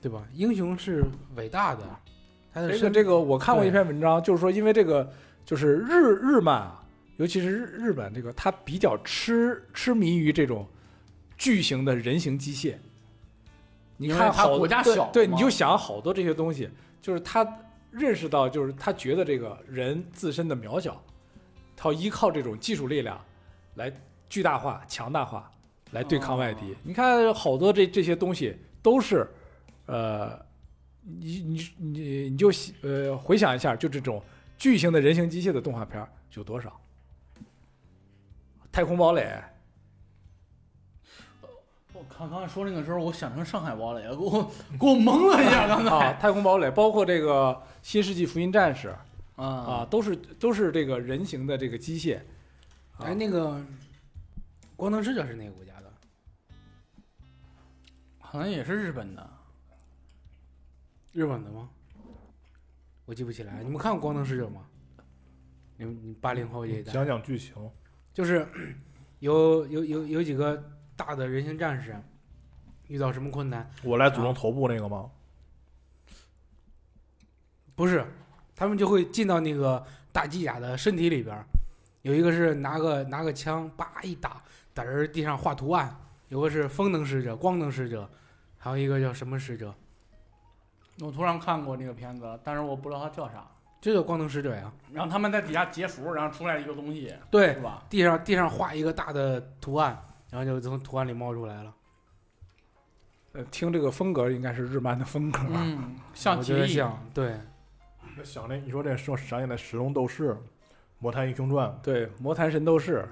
对吧？英雄是伟大的，他的这个身这个，我看过对一篇文章，就是说因为这个就是日日漫啊，尤其是日日本这个，它比较痴痴迷于这种巨型的人形机械。你因为看它好多，国家对小对，嘛你就想好多这些东西，就是他认识到，就是他觉得这个人自身的渺小，他要依靠这种技术力量来巨大化、强大化，来对抗外敌。哦你看好多这这些东西都是，呃，你你你你就喜呃回想一下，就这种巨型的人形机械的动画片儿有多少？太空 堡垒，我刚刚说那个时候，我想成上海堡垒了，给我给我懵了一下，刚才。啊啊，太空堡垒，包括这个《新世纪福音战士》啊啊，都是都是这个人形的这个机械。啊哎，那个光能使者是哪个国家的？好像也是日本的，日本的吗？我记不起来。你们看过《光能使者》吗？你们你八零后这一代，讲讲剧情，就是有有有有几个大的人形战士遇到什么困难，我来组成头部那个吗？不是，他们就会进到那个大机甲的身体里边儿。有一个是拿个拿个枪叭一打，在人地上画图案；有个是风能使者、光能使者，还有一个叫什么使者？我突然看过那个片子，但是我不知道它叫啥。这叫光能使者呀。然后他们在底下截服，然后出来一个东西，对，是吧？地上地上画一个大的图案，然后就从图案里冒出来了。呃，听这个风格应该是日漫的风格。嗯，像我极觉得力，像对，那啊想那你说这说想起来《石龙斗士》《魔探英雄传》，对，魔弹神斗士，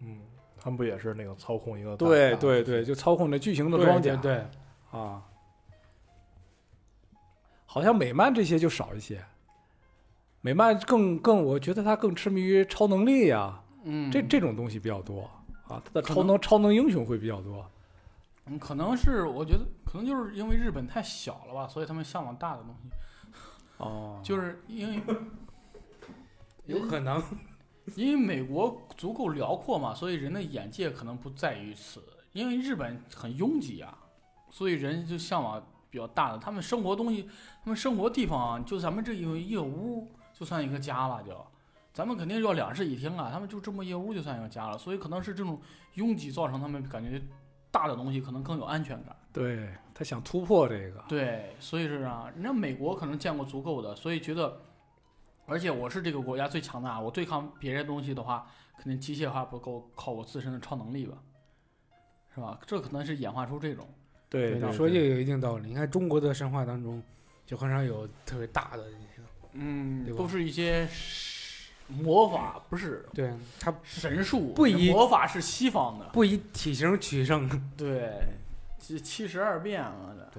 嗯，他们不也是那个操控一个大对大对对，就操控着巨型的对装对甲对，啊。好像美漫这些就少一些，美漫更更，我觉得它更痴迷于超能力呀、嗯，这这种东西比较多啊，它的可超能能超能英雄会比较多。嗯可能是我觉得，可能就是因为日本太小了吧，所以他们向往大的东西，哦就是因为有可能。因为美国足够辽阔嘛，所以人的眼界可能不在于此。因为日本很拥挤啊，所以人就向往比较大的。他们生活东西，他们生活地方啊就咱们这有一个屋就算一个家了，就咱们肯定要两室一厅啊。他们就这么一个屋就算一个家了，所以可能是这种拥挤造成他们感觉大的东西可能更有安全感。对他想突破这个，对，所以是啊，人家美国可能见过足够的，所以觉得，而且我是这个国家最强大，我对抗别人东西的话，肯定机械化不够，靠我自身的超能力吧，是吧？这可能是演化出这种，对你说这个有一定道理。你看中国的神话当中，就很少有特别大的那些。嗯对吧都是一些 魔法，不是对，它神术，不以魔法是西方的，不以体型取胜。对，七七十二变啊的，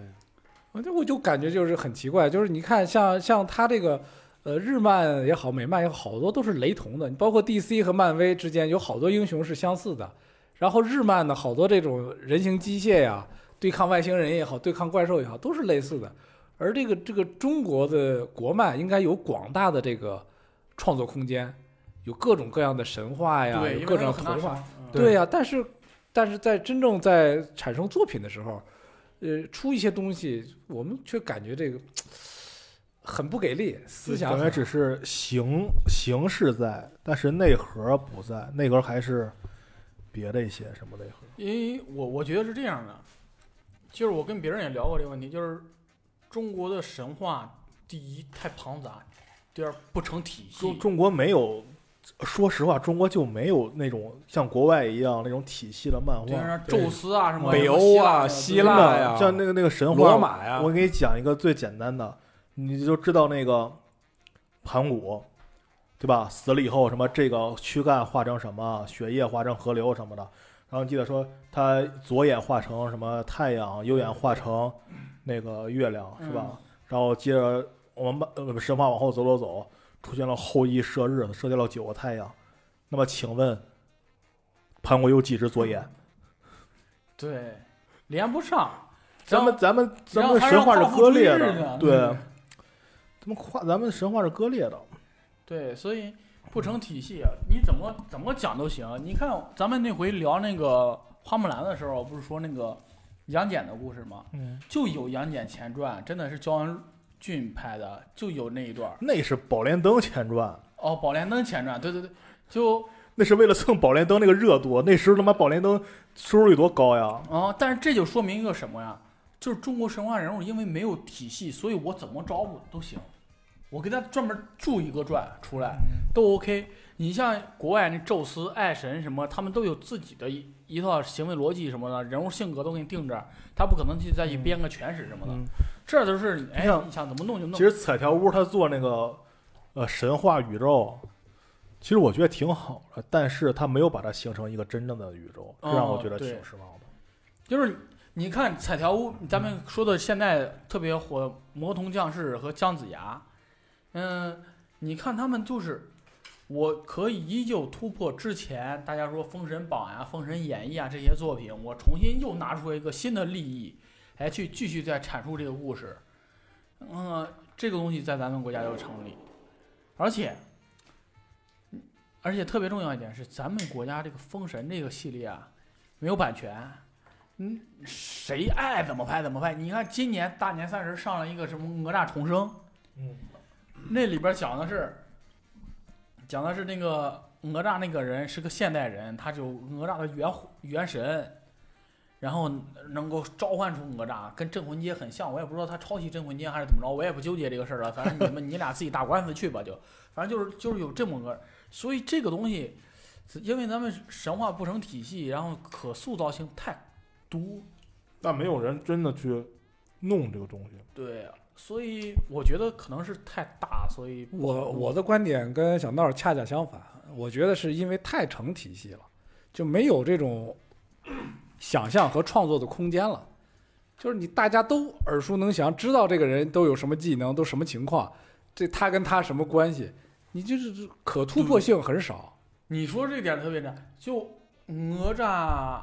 我啊就我就感觉就是很奇怪，就是你看像像他这个，呃，日漫也好，美漫也好，好多都是雷同的。你包括 DC 和漫威之间有好多英雄是相似的，然后日漫呢，好多这种人形机械呀，对抗外星人也好，对抗怪兽也好，都是类似的。而这个这个中国的国漫应该有广大的这个创作空间，有各种各样的神话呀，对，因有为各它种哎有很大童话少，嗯对呀、但是但是在真正在产生作品的时候，呃，出一些东西，我们却感觉这个很不给力，思想感觉很只是形形式在，但是内核不在，内核还是别的一些什么内核。因为我我觉得是这样的，就是我跟别人也聊过这个问题，就是中国的神话，第一太庞杂，第二不成体系中。中国没有，说实话，中国就没有那种像国外一样那种体系的漫就画。像宙斯啊什么北什么欧啊希希腊腊呀呀像那个那个神话罗，马呀我，给你讲一个最简单的，你就知道那个盘古，对吧？死了以后，什么这个躯干化成什么，血液化成河流什么的。然后你记得说，他左眼化成什么太阳，右眼化成那个月亮，对嗯是嗯吧？？然后接着我们把呃神话往后走走走，出现了后羿射日，射掉了九个太阳。那么请问，盘古有几只左眼？嗯对，连不上。咱们然后咱们咱然后们还神话让造是福割追裂日呢的，对，嗯咱们话咱们神话是割裂的，对，所以不成体系，啊你怎么怎么讲都行。你看咱们那回聊那个花木兰的时候，不是说那个杨戬的故事吗？嗯，就有杨戬前传，真的是焦恩俊拍的，就有那一段儿。那是《宝莲灯》前传，哦，《宝莲灯》前传，对对对，就那是为了蹭《宝莲灯》那个热度，那时候他妈《宝莲灯》收视率多高呀！啊、但是这就说明一个什么呀？就是中国神话人物因为没有体系，所以我怎么找我都行，我给他专门铸一个传出来嗯都 OK。你像国外那宙斯、爱神什么，他们都有自己的一一套行为逻辑什么的，人物性格都给你定这儿，他不可能去再去编个全史什么的。嗯这都是哎，像你想怎么弄就其弄。实彩条屋他做那个呃神话宇宙，其实我觉得挺好的，但是他没有把它形成一个真正的宇宙，这让我觉哦得挺对失望的。就是你看彩条屋，咱们说的现在特别火《魔童降世》和姜子牙，嗯，你看他们就是，我可以依旧突破之前大家说《封神榜》呀、《封神演义》啊这些作品，我重新又拿出一个新的利益，哎，去继续再阐述这个故事。嗯、这个东西在咱们国家要成立，而且，而且特别重要一点是，咱们国家这个《封神》这个系列啊，没有版权。嗯，谁爱怎么拍怎么拍。你看今年大年三十上了一个什么《哪吒重生》，嗯，那里边讲的是，讲的是那个哪吒那个人是个现代人，他就哪吒的元元神，然后能够召唤出哪吒，跟镇魂街很像。我也不知道他抄袭镇魂街还是怎么着，我也不纠结这个事儿了。反正你们 你俩自己打官司去吧，就反正就是就是有这么个，所以这个东西，因为咱们神话不成体系，然后可塑造性太多，但没有人真的去弄这个东西。对，啊所以我觉得可能是太大，所以我我的观点跟小闹恰恰相反，我觉得是因为太成体系了，就没有这种想象和创作的空间了。就是你大家都耳熟能详，知道这个人都有什么技能，都什么情况，这他跟他什么关系，你就是可突破性很少。你说这点特别真，就哪吒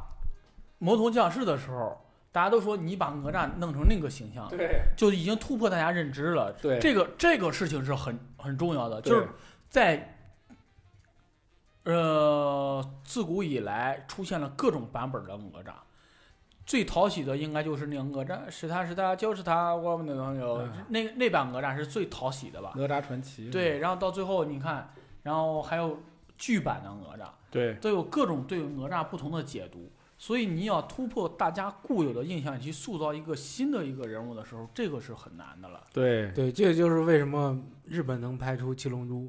魔童降世的时候，大家都说你把哪吒弄成那个形象，对就已经突破大家认知了。对这个这个事情是很很重要的，对就是在呃自古以来出现了各种版本的哪吒。最讨喜的应该就是那个哪吒，是他是他就是他，我们的朋友，嗯那那版哪吒是最讨喜的吧？哪吒传嗯奇，对，然后到最后你看，然后还有剧版的哪吒，对都有各种对哪吒不同的解读，所以你要突破大家固有的印象，去塑造一个新的一个人物的时候，这个是很难的了。对对，这就是为什么日本能拍出《七龙珠》，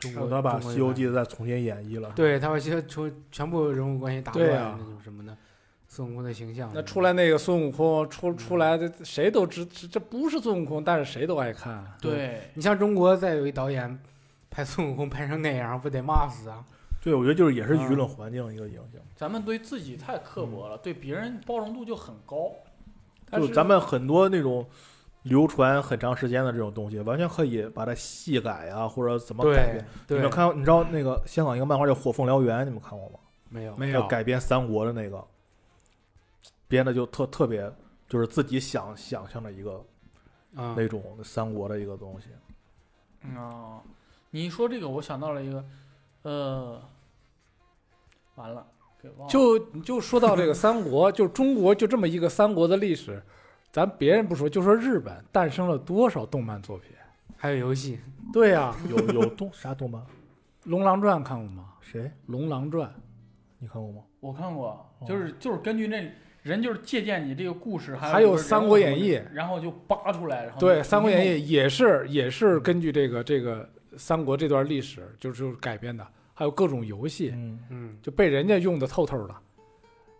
中国他把中《国西游也拍记》再重新演绎了，对他把些全全部人物关系打对乱，啊那种什么的，孙悟空的形象。那出来那个孙悟空出出来的，谁都知这这不是孙悟空，但是谁都爱看。对，你像中国再有一导演拍孙悟空拍 成那样，不得骂死啊？对，我觉得就是也是嗯舆论环境一个影响。咱们对自己太刻薄了，对别人包容度就很高。但就是咱们很多那种流传很长时间的这种东西，完全可以把它细改啊，或者怎么改对变。你对们，看，你知道那个香港一个漫画叫《火凤燎原》，你们看过吗？没有没要有改编三国的那个，编的就特特别，就是自己想想象的一个啊，那种三国的一个 东西。嗯、你一说这个，我想到了一个，呃，完了，给忘了。就你就说到这个三国，就中国就这么一个三国的历史，咱别人不说，就说日本诞生了多少动漫作品？还有游戏，对呀、有有动啥动漫？龙狼传》看过吗？谁？ 《龙狼传你看过吗？我看过，哦就是就是根据那人就是借鉴你这个故事，还还有就是人三国物演义然后就扒出来，然》后对，就《三国演用义》也是也是根据这个这个三国这段历史就是就是改编的，还有各种游戏嗯，嗯，就被人家用的透透的，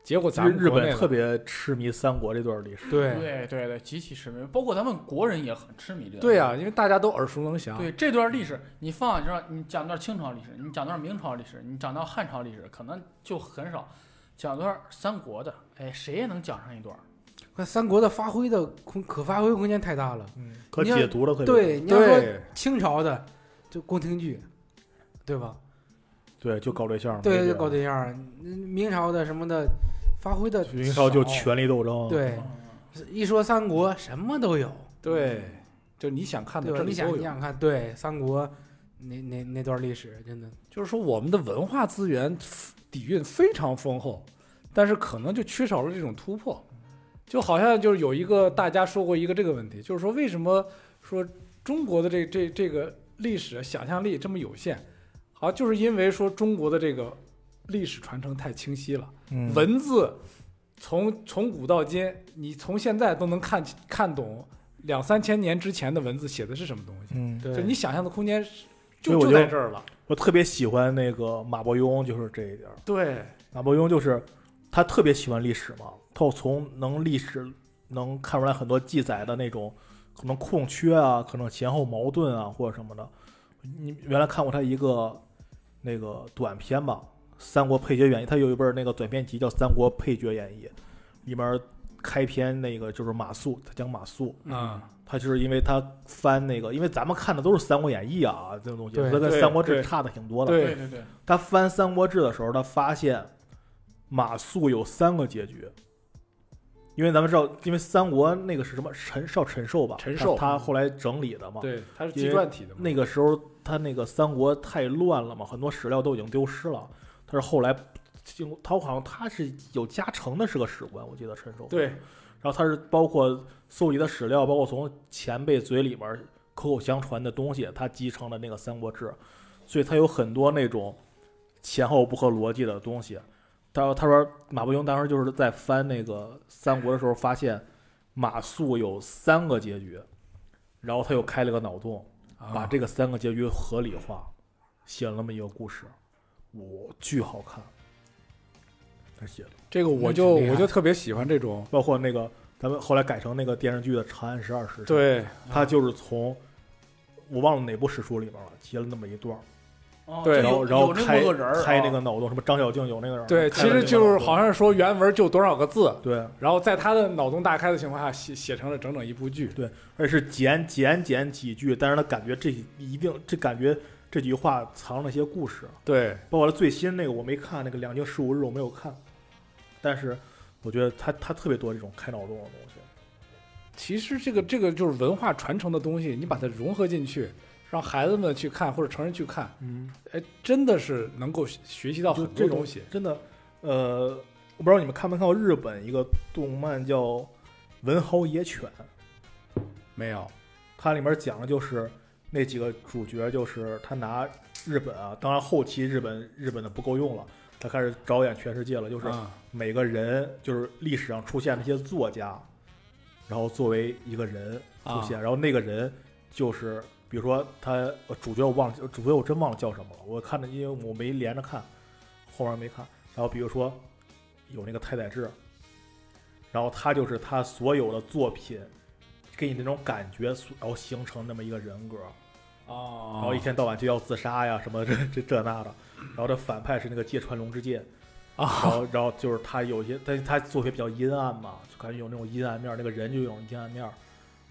结果咱日们日国内本呢特别痴迷三国这段历史。嗯对，对对对，极其痴迷，包括咱们国人也很痴迷这个。对啊呀、因为大家都耳熟能详。对这段历史，你放你说你讲段清朝历史，你讲段明朝历史，你讲到汉朝历史，可能就很少讲段三国的，哎，谁也能讲上一段儿。那三国的发挥的空可发挥空间太大了。嗯，可你要解读的特别对，你要说对清朝的，就宫廷剧，对吧？对，就搞对象嘛，对，没就别搞的对象儿。嗯明朝的什么的，发挥的明朝就少权力斗争，，哦对，一说三国什么都有，对，就你想看的对这吧？里你想都你有。想看，对三国那那那段历史，真的就是说我们的文化资源底蕴非常丰厚，但是可能就缺少了这种突破。就好像就是有一个大家说过一个这个问题，就是说为什么说中国的这这这个历史想象力这么有限？好，就是因为说中国的这个历史传承太清晰了，嗯，文字从从古到今，你从现在都能看看懂两三千年之前的文字写的是什么东西，嗯，对。就你想象的空间是所以就我就就在这儿了。我特别喜欢那个马伯庸，就是这一点儿。对，马伯庸就是他特别喜欢历史嘛，他要从能历史能看出来很多记载的那种可能空缺啊，可能前后矛盾啊或者什么的。你原来看过他一个那个短片吧，《三国配角演义》，他有一本那个短篇集叫《三国配角演义》，里面开篇那个就是马谡，他讲马谡，嗯，他就是因为他翻那个，因为咱们看的都是《三国演义》啊，这种东西，对他跟《对三国志对》差的挺多的。对对对对，他翻《三国志》的时候，他发现马谡有三个结局，因为咱们知道，因为三国那个是什么陈少陈寿吧，陈寿嗯他他后来整理的嘛。对，它是因纪为传体的嘛，那个时候他那个三国太乱了嘛，很多史料都已经丢失了。他是后来经过，他好像他是有加成的，是个史官，我记得陈寿。对，然后他是包括搜集的史料，包括从前辈嘴里边口口相传的东西，他集成了那个《三国志》，所以他有很多那种前后不合逻辑的东西。他他说马伯庸当时就是在翻那个三国的时候，发现马谡有三个结局，然后他又开了个脑洞，把啊这个三个结局合理化，写了那么一个故事，我巨好看。他写的，这个我那就挺厉害我就特别喜欢这种，包括那个咱们后来改成那个电视剧的《长安十二时辰》，对，他就是从我忘了哪部史书里边了，截了那么一段儿，哦对就然后有然后有那开么个人儿开那啊个脑洞，什么张小敬有那个人儿，对，开其了那实个就是脑洞好像说原文就多少个字，对，然后在他的脑洞大开的情况下写写成了整整一部剧。而且是剪剪剪几句，但是他感觉这一定这感觉这句话藏了些故事，对，包括他最新那个我没看，那个《两京十五日》我没有看，但是我觉得他他特别多这种开脑洞的东西，其实这个这个就是文化传承的东西，你把它融合进去，让孩子们去看或者成人去看，嗯，哎，真的是能够学学习到就很这多种东西。真的，呃，我不知道你们看没看过日本一个动漫叫《文豪野犬》。没有，它里面讲的就是那几个主角，就是他拿日本啊，当然后期日本日本的不够用了，他开始着眼全世界了，就是啊，每个人就是历史上出现那些作家，然后作为一个人出现，然后那个人就是比如说他呃主角我忘了，主角我真忘了叫什么了，我看着因为我没连着看，后面没看，然后比如说有那个太宰治，然后他就是他所有的作品。给你那种感觉，然后形成那么一个人格，哦，然后一天到晚就要自杀呀，什么 这这这那的。然后这反派是那个芥川龙之介，然啊，后然后就是他有一些，但是他作品比较阴暗嘛，就感觉有那种阴暗面儿，那个人就有那种阴暗面儿。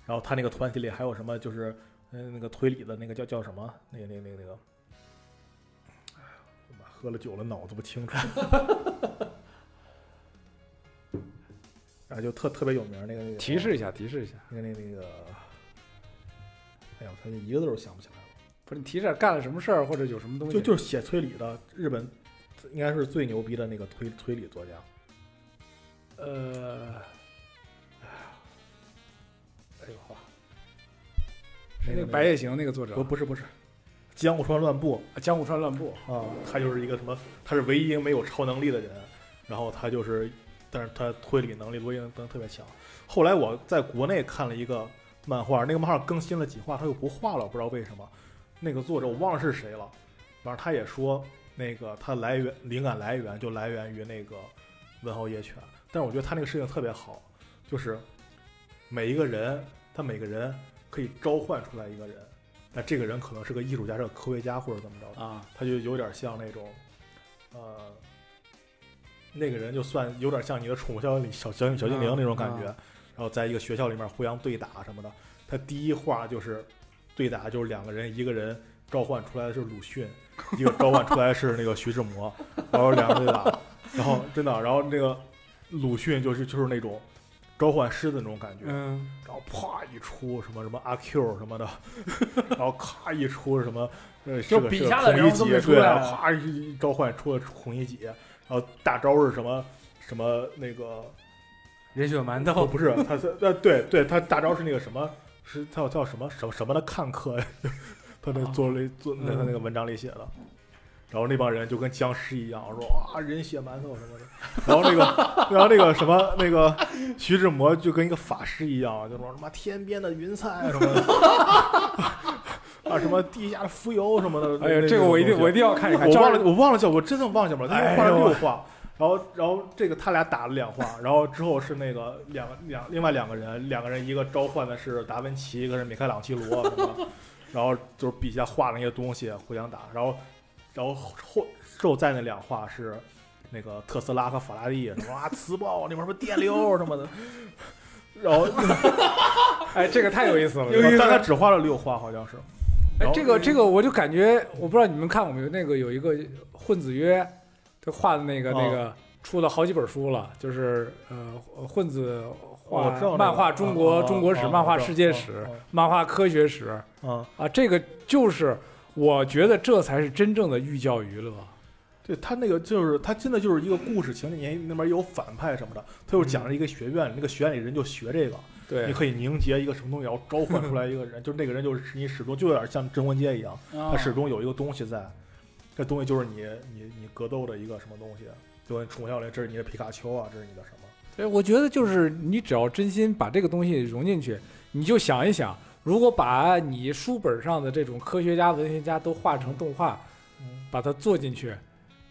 然后他那个团体里还有什么，就是嗯那个推理的那个叫叫什么，那个那个那个那个，哎呀，我妈喝了酒了，脑子不清楚。 然后就特特别有名儿那个那个提示一下，提示一下，那个那个那个，哎呀，我操，一个字儿都想不起来了。不是你提示干了什么事儿或者有什么东西？就就是写推理的日本，应该是最牛逼的那个推推理作家。呃，哎呦哇，是那那个《白夜行》那个作者不不是不是，江户川乱步啊江户川乱步啊，他就是一个什么，他是唯一一个没有超能力的人，然后他就是，但是他推理能力、逻辑能力特别强。后来我在国内看了一个漫画，那个漫画更新了几话，他又不画了，我不知道为什么。那个作者我忘了是谁了，反正他也说那个他来源灵感来源就来源于那个文豪野犬，但是我觉得他那个事情特别好，就是每一个人他每个人可以召唤出来一个人，那这个人可能是个艺术家，是个科学家或者怎么着，啊，他就有点像那种，呃，那个人就算有点像你的宠物小精灵小小小精灵那种感觉，然后在一个学校里面互相对打什么的。他第一话就是对打，就是两个人，一个人召唤出来的是鲁迅，一个召唤出来是那个徐志摩，然后两个人对打，然后真的，然后那个鲁迅就是就是那种召唤狮子那种感觉，嗯，然后啪一出什么什么阿 Q 什么的， 然后咔一出什么，呃，就是个笔是个下的孔人乙物都己没出对来然后咔一召唤出了孔乙己，然后大招是什么什么那个人血馒哦头，不是他他呃对对他大招是那个什么是叫叫什么什么什么的看客， 他那做了一做那他那个文章里写的。然后那帮人就跟僵尸一样，说啊人血馒头什么的。然后那个，然后那个什么那个徐志摩就跟一个法师一样，就说什么天边的云彩什么的， 啊什么地下的浮游什么的。哎呀，那这个我一定那种东西我一定要看一看。我照忘着了，我忘了叫，我真的忘记了，他哎们呦画了六画，然后然后这个他俩打了两画，然后之后是那个两个两另外两个人，两个人一个召唤的是达芬奇，一个是米开朗基罗什么的，然后就是笔下画的那些东西互相打，然后然后后之后在那两画是那个特斯拉和法拉利什么啊磁暴里面什么电流什么的，然 后哎，这个太有 意思了。有意思但他只画了六画好像是，哎，这嗯个这个，我就感觉，我不知道你们看我们有那个有一个混子曰，他画的那个、哦那个出了好几本书了，就是呃混子画、我知道那个漫画中国、哦哦中国史、哦漫画我知道世界哦史、哦漫画科学史嗯，啊，这个就是我觉得这才是真正的寓教于乐。对他那个就是他真的就是一个故事情节，那边有反派什么的，他又讲了一个学院，那个学院里人就学这个，你嗯对，可以凝结一个什么东西，然后召唤出来一个人， 就是那个人就是你始终就有点像镇魂街一样，啊他始终有一个东西在，这东西就是你你你格斗的一个什么东西，就跟宠物小精灵，这是你的皮卡丘啊，这是你的什么？对，我觉得就是你只要真心把这个东西融进去，你就想一想，如果把你书本上的这种科学家、文学家都画成动画，嗯，把它做进去。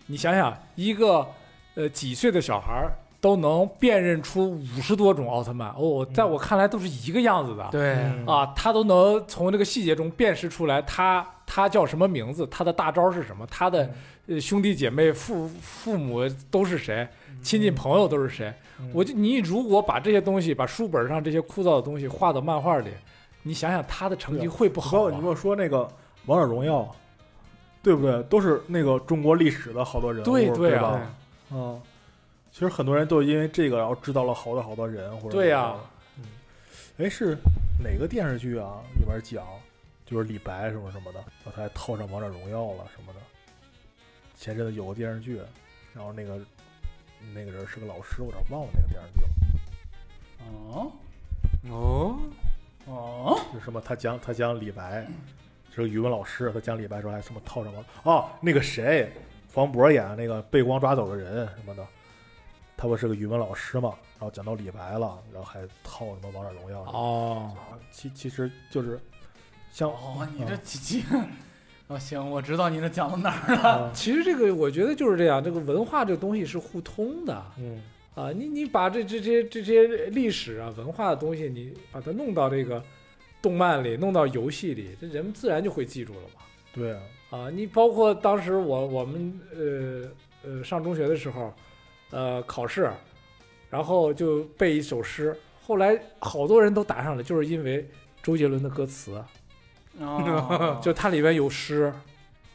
你想想，一个呃几岁的小孩儿都能辨认出五十多种奥特曼，哦，嗯在我看来都是一个样子的。对，嗯啊，他都能从这个细节中辨识出来他他叫什么名字，他的大招是什么，他的嗯呃兄弟姐妹、父父母都是谁，亲近朋友都是谁。嗯我就你如果把这些东西，把书本上这些枯燥的东西画到漫画里，你想想他的成绩对会不包好啊括你吗？跟我说那个《王者荣耀》，对不对？都是那个中国历史的好多人物，对对啊吧？嗯，其实很多人都因为这个，然后知道了好多好多人，或者对呀、啊嗯，哎，是哪个电视剧啊？里边讲就是李白什么什么的，然后他还套上《王者荣耀》了什么的。前阵子有个电视剧，然后那个那个人是个老师，我有点忘了那个电视剧了，哦哦，哦，就是什么他讲他讲李白是个语文老师，他讲李白时候还什么套上王哦，那个谁，黄渤演的那个被光抓走的人什么的。他不是个语文老师嘛，然后讲到李白了，然后还套什么《王者荣耀》哦，啊，其其实就是 像哦，你这几集， 哦行，我知道你这讲到哪儿。啊其实这个我觉得就是这样，这个文化这个东西是互通的。嗯啊，你你把这这些这些历史啊、文化的东西，你把它弄到这个动漫里，弄到游戏里，这人们自然就会记住了嘛。对啊，啊，你包括当时我我们呃呃上中学的时候，呃考试，然后就背一首诗，后来好多人都答上了，就是因为周杰伦的歌词，，哦 就它里边有诗。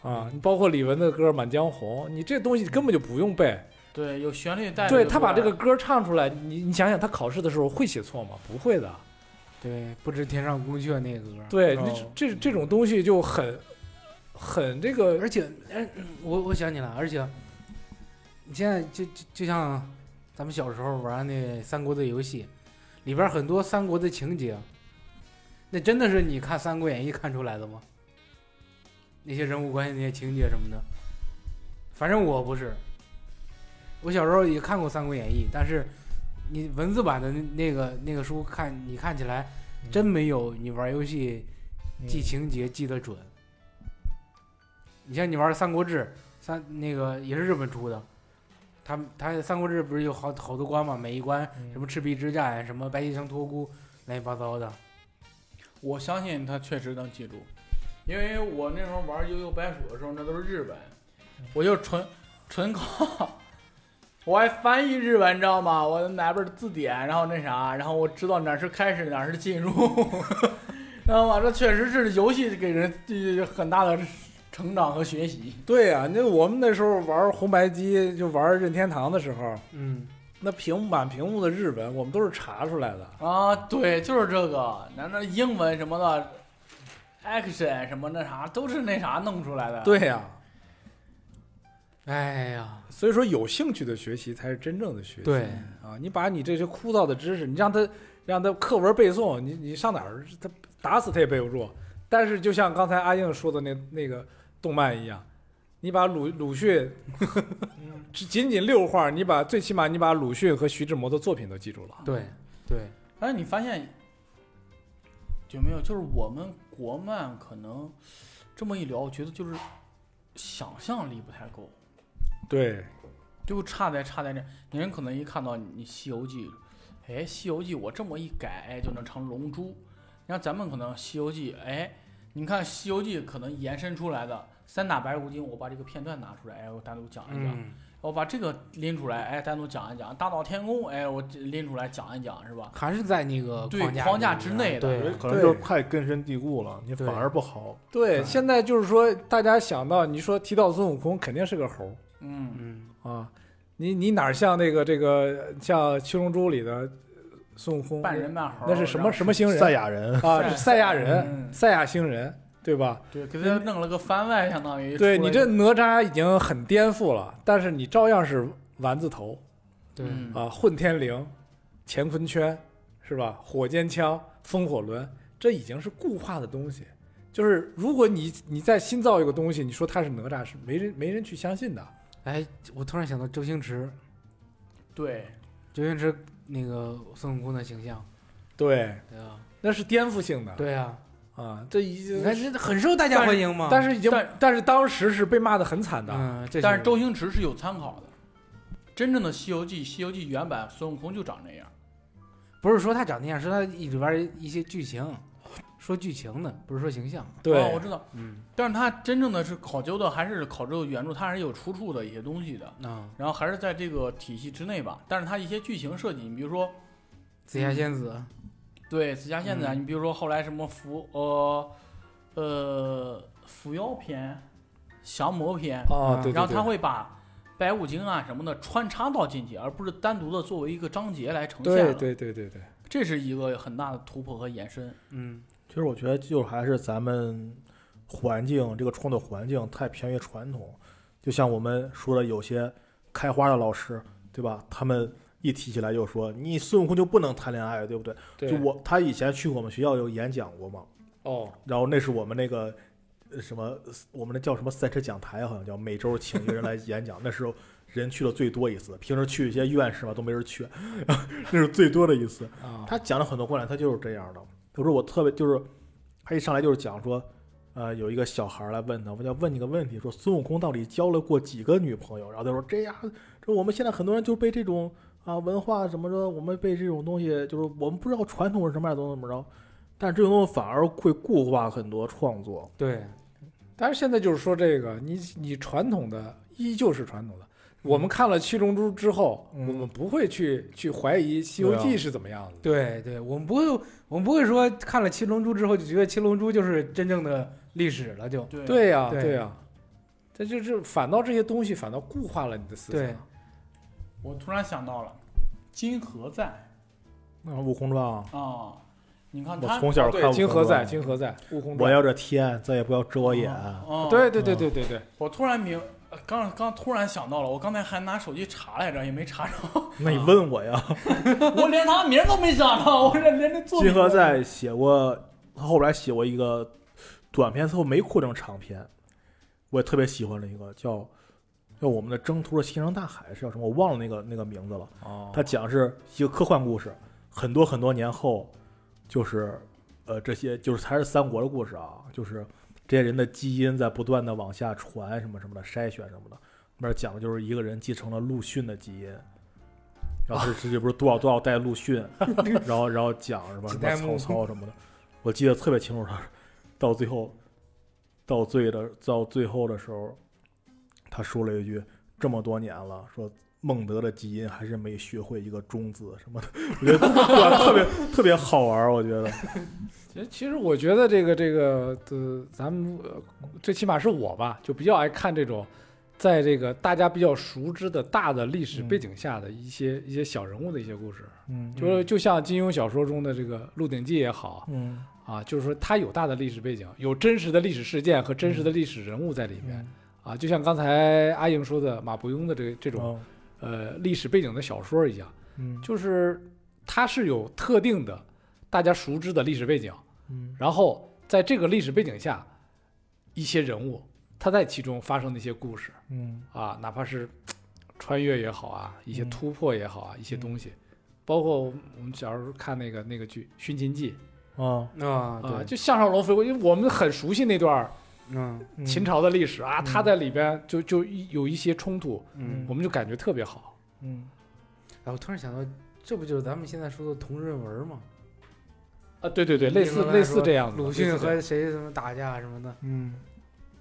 啊，你包括李玟的歌《满江红》，你这东西根本就不用背，对，有旋律带着哎对就他过把这来个歌唱出来，你你想想，他考试的时候会写错吗？不会的。对，不知天上宫阙那个歌，对，哦你这这这种东西就很很这个而且，哎，我我想起来，而且，你现在就就就像咱们小时候玩那三国的游戏，里边很多三国的情节，那真的是你看《三国演义》看出来的吗？那些人物关系、那些情节什么的，反正我不是。我小时候也看过《三国演义》，但是你文字版的那那个那个书看，你看起来真没有你玩游戏记情节记得准。你像你玩《三国志》，三那个也是日本出的，他们他《三国志》不是有好好多关嘛？每一关嗯什么赤壁之战，什么白帝城托孤，乱七八糟的。我相信他确实能记住，因为我那时候玩悠悠白鼠的时候，那都是日文，我就纯纯靠，我还翻译日文，你知道吗？我拿本字典，然后那啥，然后我知道哪是开始，哪是进入， 知道吗？这确实是游戏给人呃很大的成长和学习。对呀、那我们那时候玩红白机，就玩任天堂的时候，嗯，那屏满屏幕的日文，我们都是查出来的。啊，对，就是这个，那那英文什么的，action 什么那啥，都是那啥弄出来的。，对呀、哎呀，所以说有兴趣的学习才是真正的学习。对啊，你把你这些枯燥的知识，你让他让他课文背诵，你你上哪儿他打死他也背不住。但是就像刚才阿硬说的那那个动漫一样，你把鲁鲁迅嗯只仅仅六画，你把最起码你把鲁迅和徐志摩的作品都记住了。对嗯对，但哎是你发现有没有？就是我们国漫可能这么一聊，我觉得就是想象力不太够，对，就差在差在这。你人可能一看到你《西游记》，哎，《西游记》我这么一改就能成《龙珠》，然后咱们可能《西游记》，哎，你看《西嗯游记》可能延伸出来的三打白骨精，我把这个片段拿出来，哎，我单独讲一讲。我把这个拎出来，哎，单独讲一讲。大闹天宫，哎，我拎出来讲一讲，是吧？还是在那个对框架框架里之面内的对，可能就是太根深蒂固了，你反而不好。对，嗯现在就是说，大家想到你说提到孙悟空，肯定是个猴儿嗯，嗯，啊。你你哪儿像那个这个像《七龙珠》里的呃孙悟空？半人半猴儿，那是什么什么？么星赛人亚人，啊？赛是赛亚人，嗯，赛亚星人，对吧？对，给他弄了个番外，相当于对出你了这哪吒已经很颠覆了，但是你照样是丸子头对，嗯啊，混天绫、乾坤圈，是吧？火尖枪、风火轮，这已经是固化的东西。就是如果你你再新造一个东西，你说它是哪吒，是没人没人去相信的。哎，我突然想到周星驰，对，周星驰那个孙悟空的形象，对，对啊，那是颠覆性的。对啊，啊，这已经你，看这很受大家欢迎嘛，但是是已经，但但是当时是被骂的很惨的。嗯，这但是周星驰是有参考的。真正的《西游记》，《西游记》原版孙悟空就长这样。不是说他长那样，是他里边一些剧情，说剧情的，不是说形象，对，哦我知道，嗯但是他真正的是考究的，还是考究原著，它还是有出处的一些东西的。啊，然后还是在这个体系之内吧，但是它一些剧情设计，你比如说紫霞仙子，对紫霞仙嗯子啊，你比如说后来什么伏呃呃伏妖篇、降魔篇，哦，对对对，然后他会把白骨精啊什么的穿插到进去，而不是单独的作为一个章节来呈现对了对对对对，这是一个很大的突破和延伸。嗯，其实我觉得就还是咱们环境这个创作环境太偏于传统，就像我们说的，有些开花的老师，对吧？他们一提起来就说你孙悟空就不能谈恋爱，对不对？对就我他以前去我们学校有演讲过嘛，哦，然后那是我们那个呃什么，我们那叫什么赛车讲台，啊好像叫每周请一个人来演讲，那 时候人去的最多一次，平时去一些院士嘛都没人去， 那是最多的一次。啊，他讲了很多观点，他就是这样的。有时候我特别就是，他一上来就是讲说，呃，有一个小孩儿来问他，我要问你个问题，说孙悟空到底交了过几个女朋友？然后他说这样，这我们现在很多人就被这种啊文化什么的，我们被这种东西就是我们不知道传统是什么样，怎么怎么着。但是这种东西反而会固化很多创作。对，但是现在就是说这个，你你传统的依旧是传统的。我们看了《七龙珠》之后，嗯我们不会去去怀疑《西游记对》啊是怎么样的。对对，我们不会，我们不会说看了《七龙珠》之后就觉得《七龙珠》就是真正的历史了，就对对呀，对对呀，这就是反倒这些东西反倒固化了你的思对想。，我突然想到了，金河在那《悟空传》啊，啊、你看我他从小看《对，悟金空河传在，》，金河在，悟空我传。要这天再也啊不要遮我眼。哦，哦对对对对对对，我突然明，呃刚刚突然想到了，我刚才还拿手机查来着，也没查着， 那你问我呀？啊我连他名都没想到， 我这连这作金品河都没在写过，他后来写过一个短篇，最后没扩成长篇，我也特别喜欢的一个叫叫我们的征途的星辰大海是叫什么？我忘了那个那个名字了。哦他讲是一个科幻故事，很多很多年后，就是呃这些就是还是三国的故事啊，就是这些人的基因在不断的往下传什么什么的筛选什么的，那边讲的就是一个人继承了陆逊的基因。然后这这不是多少多少代陆 逊，然后然后讲什么什几么代曹目操什么的，我记得特别清楚。他到最后，到最的到最后的时候，他说了一句：“这么多年了，说孟德的基因还是没学会一个中字什么的。”我觉得 哇特别特别好玩儿，我觉得。其实，其实我觉得这个这个呃，咱们呃最起码是我吧，就比较爱看这种，在这个大家比较熟知的大的历史嗯背景下的一些、一些小人物的一些故事，嗯就是就像金庸小说中的这个《鹿鼎记》也好嗯啊，就是说它有大的历史背景，有真实的历史事件和真嗯实的历史人物在里面、啊，就像刚才阿英说的马伯庸的这个这种、嗯呃历史背景的小说一样，嗯就是它是有特定的大家熟知的历史背景。嗯然后在这个历史背景下，一些人物他在其中发生的一些故事嗯啊，哪怕是嘖穿越也好啊，一些嗯突破也好啊，一些东西，嗯包括我们小时候看那个那个剧《寻秦记啊》啊啊，对，就项少龙飞过，因为我们很熟悉那段嗯嗯秦朝的历史啊，嗯他在里边就就一有一些冲突，嗯，我们就感觉特别好。嗯哎，我突然想到，这不就是咱们现在说的同人文吗？啊，对对对，类似你刚才类似说这样子的。鲁类似这迅样和谁什么打架什么的，嗯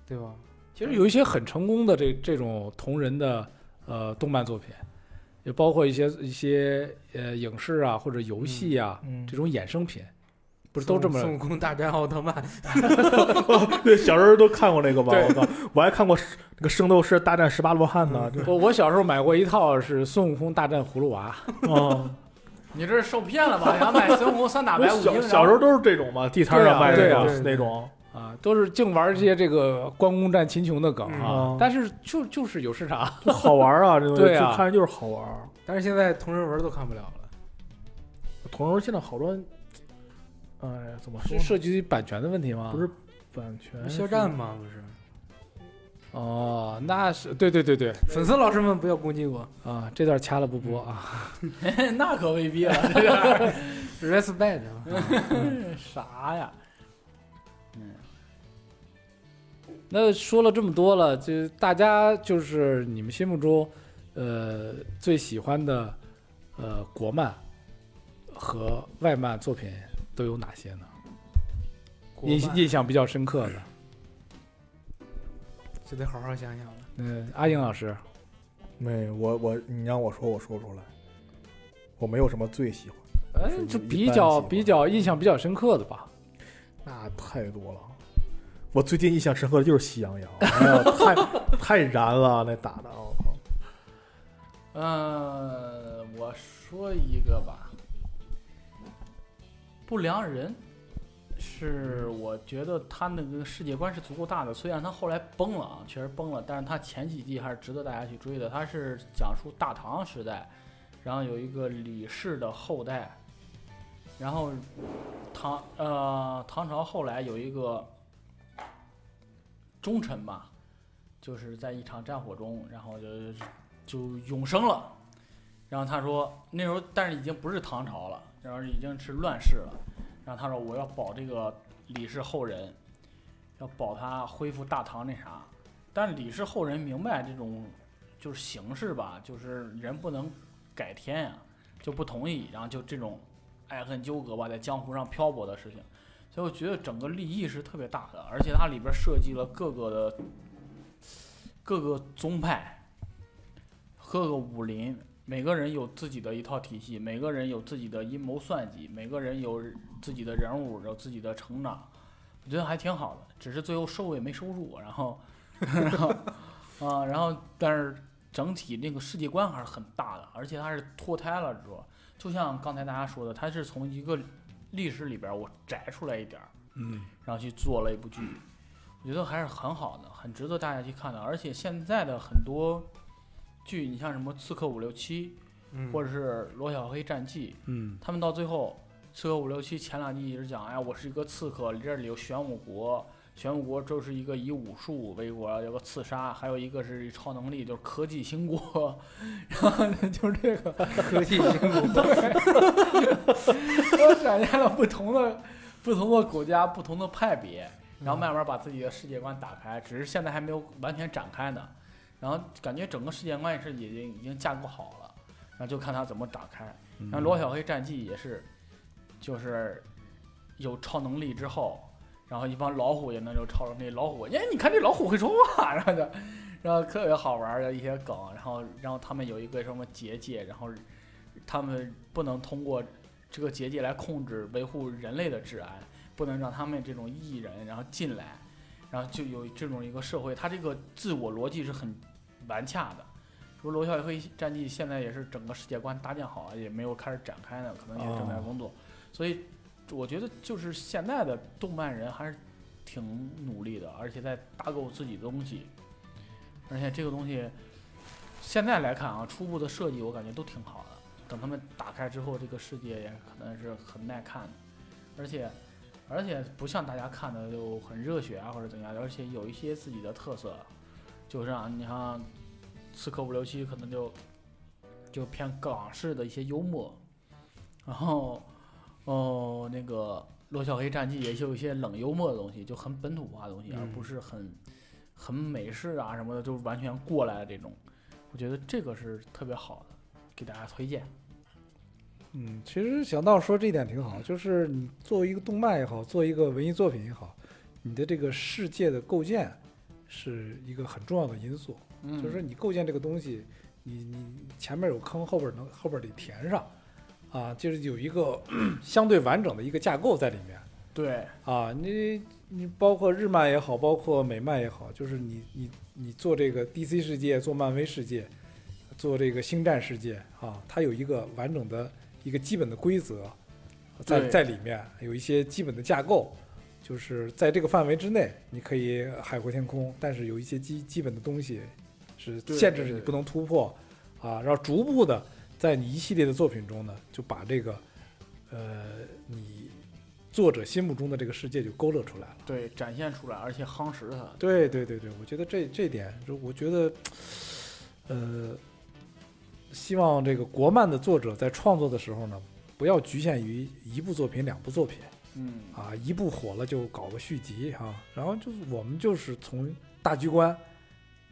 对吧？其实有一些很成功的这这种同人的呃动漫作品，也包括一些一些呃影视啊或者游戏啊、嗯这种衍生品，不是都这么孙悟空大战奥特曼，对，小时候都看过那个吧？对我靠，我还看过那个《圣斗士大战十八罗汉》呢。 我我小时候买过一套是《孙悟空大战葫芦娃》，哦，你这是受骗了吧？想买孙悟空三打白五小英，小时候都是这种嘛，地摊上卖对那啊对啊种那种。啊，都是净玩这些这个关公战秦琼的梗啊，嗯但是就就是有市场， 就好玩儿啊，这东西对啊就看着就是好玩儿。但是现在同人文都看不了了。同人文现在好多，哎，怎么说是呢？涉及版权的问题吗？不是版权肖战嘛，不是？哦，那是对对对对粉丝老师们不要攻击我啊，这段掐了不播啊， 那可未必啊， ，respect 啊。 啥呀？嗯，那说了这么多了，就大家就是你们心目中，呃，最喜欢的，呃，国漫和外漫作品都有哪些呢？国印漫印象比较深刻 的，就得好好想想了。嗯，阿英老师，没，我我你让我说，我说不出来，我没有什么最喜欢，哎，就比较比较印象比较深刻的吧。那太多了。我最近印象深刻的就是《喜羊羊》，哎呀，太太燃了，那打的，哦我靠！呃，我说一个吧，不良人是我觉得他那个世界观是足够大的，虽然他后来崩了啊，确实崩了，但是他前几季还是值得大家去追的。他是讲述大唐时代，然后有一个李氏的后代，然后唐呃唐朝后来有一个忠臣吧，就是在一场战火中，然后就就永生了。然后他说那时候，但是已经不是唐朝了，然后已经是乱世了。然后他说我要保这个李氏后人，要保他恢复大唐那啥。但李氏后人明白这种就是形式吧，就是人不能改天呀、就不同意，然后就这种爱恨纠葛吧，在江湖上漂泊的事情。所以我觉得整个立意是特别大的，而且它里边设计了各个的各个宗派，各个武林，每个人有自己的一套体系，每个人有自己的阴谋算计，每个人有自己的人物，有自己的成长，我觉得还挺好的。只是最后收尾没收住，啊然后， 然后，啊，然后，但是整体那个世界观还是很大的，而且它是脱胎了之后，就像刚才大家说的，它是从一个历史里边儿我摘出来一点儿。嗯，然后去做了一部剧，我觉得还是很好的，很值得大家去看的。而且现在的很多剧，你像什么《刺客伍六七》嗯或者是《罗小黑战记》，嗯，他们到最后《刺客伍六七》前两季一直讲，哎，我是一个刺客，这里有玄武国，玄武国就是一个以武术为国，有个刺杀，还有一个是超能力，就是科技兴国， 然后呢就是这个，科技兴国，都展现了不同的、 不同的国家、不同的派别，然后慢慢把自己的世界观打开，只是现在还没有完全展开呢。然后感觉整个世界观也是已经已经架构好了，然后就看他怎么打开。嗯然后罗小黑战记也是，就是有超能力之后，然后一帮老虎也能有超能力，老虎，哎，你看这老虎会说话，然后就，然后特别好玩的一些梗，然后然后他们有一个什么结界，然后他们不能通过这个结界来控制维护人类的治安，不能让他们这种异人然后进来，然后就有这种一个社会，它这个自我逻辑是很完洽的。说罗小黑战绩现在也是整个世界观搭建好了，也没有开始展开呢，可能也正在工作，所以我觉得就是现在的动漫人还是挺努力的，而且在搭构自己的东西，而且这个东西现在来看啊，初步的设计我感觉都挺好的。等他们打开之后，这个世界也可能是很耐看的，而且而且不像大家看的就很热血啊或者怎样，而且有一些自己的特色，就像你像《刺客伍六七》可能就就偏港式的一些幽默，然后哦那个《罗小黑战记》也是有一些冷幽默的东西，就很本土化的东西，嗯而不是很很美式啊什么的，就完全过来的这种，我觉得这个是特别好的。给大家推荐。嗯，其实小闹说这一点挺好，就是你作为一个动漫也好，做一个文艺作品也好，你的这个世界的构建是一个很重要的因素。嗯就是说你构建这个东西，你你前面有坑，后边能后边得填上，啊，就是有一个 相对完整的一个架构在里面。对，啊，你你包括日漫也好，包括美漫也好，就是你你你做这个 DC 世界，做漫威世界，做这个星战世界啊，它有一个完整的一个基本的规则在对在里面，有一些基本的架构，就是在这个范围之内，你可以海阔天空，但是有一些基基本的东西是对限制对着你对不能突破啊，然后逐步的在你一系列的作品中呢，就把这个呃你作者心目中的这个世界就勾勒出来了。对，展现出来，而且夯实它。对对对对，我觉得这这点，就我觉得，呃，希望这个国漫的作者在创作的时候呢，不要局限于一部作品、两部作品嗯，啊，一部火了就搞个续集啊，然后就是我们就是从大局观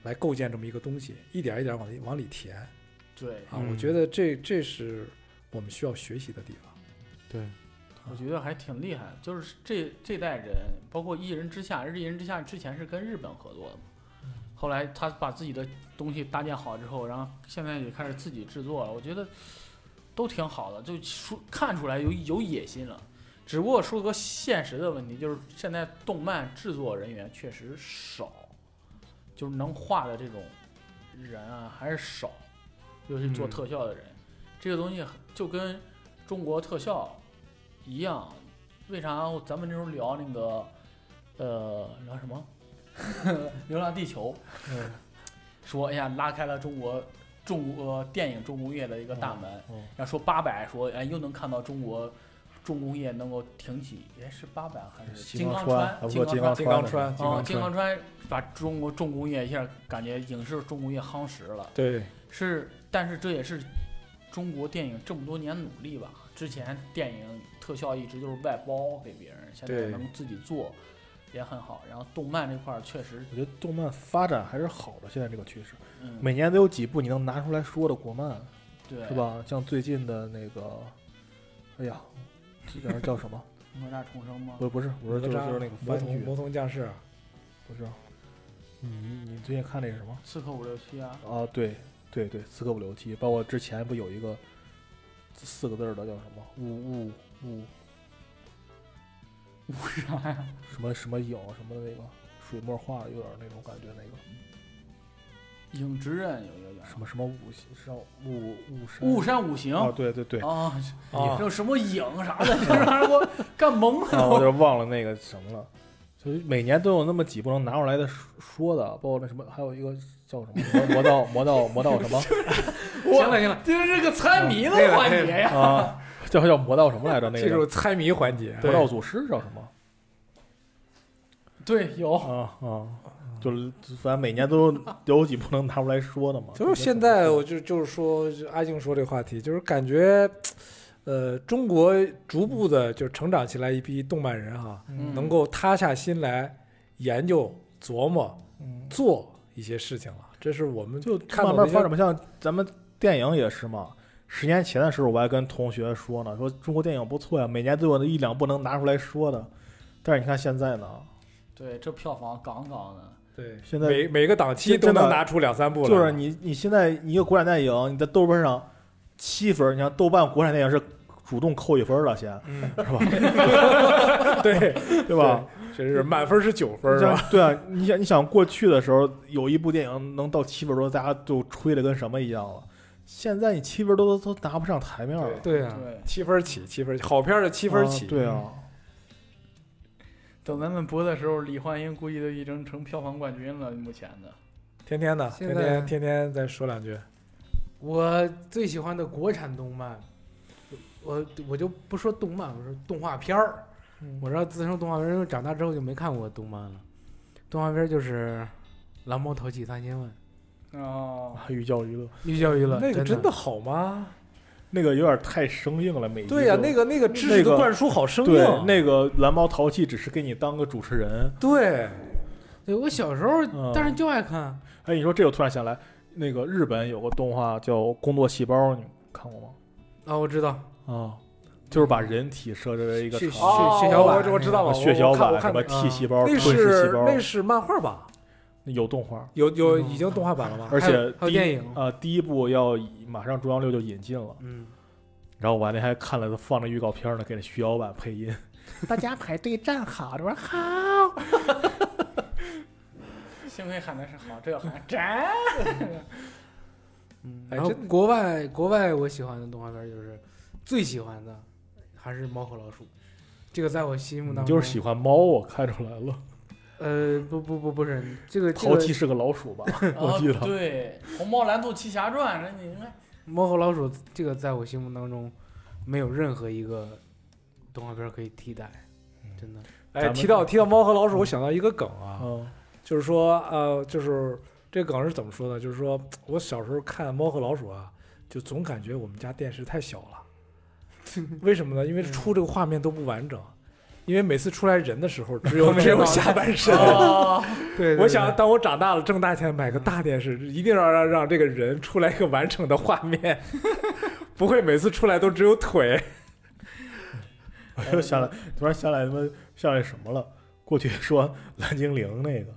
来构建这么一个东西，一点一点往里往里填啊，对，我嗯觉得这这是我们需要学习的地方。对，我觉得还挺厉害的。就是这这代人，包括《一人之下》，《一人之下》之前是跟日本合作的嘛，后来他把自己的东西搭建好之后，然后现在也开始自己制作了。我觉得都挺好的，就说看出来有有野心了。只不过说个现实的问题，就是现在动漫制作人员确实少，就是能画的这种人啊还是少，尤其做嗯特效的人，这个东西就跟中国特效一样。为啥咱们那时候聊那个呃聊什么 《流浪地球》嗯 说哎呀拉开了中国重国电影重工业的一个大门，哦然后说八百说哎又能看到中国重工业能够挺起，哎是八百还是金刚刚川川，？啊不说金刚刚啊金刚川川的，金哦，刚金川，刚川把中国重工业一下感觉影视重工业夯实了，对是，但是这也是中国电影这么多年努力吧。之前电影特效一直就是外包给别人，现在对能自己做也很好。然后动漫这块儿确实，我觉得动漫发展还是好的，现在这个趋势，嗯，每年都有几部你能拿出来说的国漫，对是？吧？像最近的那个，哎呀，这个人叫 什么？哪吒重生吗？不不是，我说就是哪吒就是那个魔番童剧，啊魔童降世啊不是。你你最近看那是什么？刺客伍六七啊，啊，对对对，刺客伍六七，包括之前不有一个四个字儿的叫什么五五五五啥呀？什么什么影什么的那个水墨画，有点儿那种感觉，那个影之刃有一个叫什么什么五山五五山雾山五行啊，对对对，啊，啊这，有什么影啥的， 这玩意儿给我干懵啊，我有了。点忘了那个什么了。就是每年都有那么几部能拿出来的说说的，包括那什么，还有一个叫什 么魔魔道魔道魔道什么 我 行了行了， 这是个猜谜的嗯对了环对节呀！啊，叫叫魔道什么来着？那这个就叫是猜谜环节。魔道祖师叫什么？对，有啊啊，就是反正每年都有几部能拿出来说的嘛。就是现在，我就就是说，就阿静说这话题，就是感觉，呃，中国逐步的就成长起来一批动漫人哈，嗯能够塌下心来研究、琢磨、嗯，做一些事情了。这是我们就看到慢的慢一些发展吧。像咱们电影也是嘛，十年前的时候我还跟同学说呢，说中国电影不错呀，每年都有那一两部能拿出来说的。但是你看现在呢，对，这票房杠杠的。对现在每每个档期真都真的能拿出两三部来，就是你你现在一个国产电影，你在豆瓣上七分，你看豆瓣国产电影是主动扣一分了先，嗯，是吧？ 对对吧？这是满分是九分是吧？像对啊，你想你想过去的时候，有一部电影能到七分多，大家就吹的跟什么一样了。现在你七分多都都拿不上台面了，对啊，对，七分起，七分起好片儿的七分啊起，对啊，等咱们播的时候，李焕英估计都已经成票房冠军了，目前的。天天的，现天在天天天再说两句，我最喜欢的国产动漫，我我就不说动漫，我说动画片儿。嗯我知道自称动画片儿，因为长大之后就没看过动漫了。动画片儿就是《蓝猫淘气三千问》，哦，寓教于乐，寓教于乐，那个真真的好吗？那个有点太生硬了，每一集对呀、都那个那个知识那个的灌输好生硬，对那个蓝猫淘气只是给你当个主持人。对对我小时候嗯，但是就爱看，哎，你说这我突然想来，那个日本有个动画叫《工作细胞》，你看过吗？啊，我知道，啊，就是把人体设置为一个是肠是血小板哦我我知道了，血小我我看板我什看么 T 细胞、吞那噬细是胞，那是漫画吧？有动画，有有嗯已经动画版了吗？而还有且还有第一电影呃第一部要以马上中央六就引进了，嗯，然后我那还看了放着预告片呢，给那徐老板配音，大家排队站好，我说好，幸亏喊的是好，这要喊真。嗯，哎然后真的国外国外我喜欢的动画片儿就是最喜欢的还是《猫和老鼠》，这个在我心目当你中就是喜欢猫，我看出来了，呃不不不不是这个这淘个气是个老鼠吧？我啊记得对，《虹猫蓝兔七侠传》，那你看《猫和老鼠》这个在我心目当中没有任何一个动画片儿可以替代，嗯真的。哎，咱们提到提到猫和老鼠，我想到一个梗啊，嗯，就是说呃，就是这个梗是怎么说呢？就是说我小时候看猫和老鼠啊，就总感觉我们家电视太小了。为什么呢？因为出这个画面都不完整，因为每次出来人的时候，只有只有下半身。哦，对我想，当我长大了挣大钱买个大电视，一定要让让这个人出来一个完整的画面，不会每次出来都只有腿。我又想来，突然想来他妈想来什么了？过去说蓝精灵那个，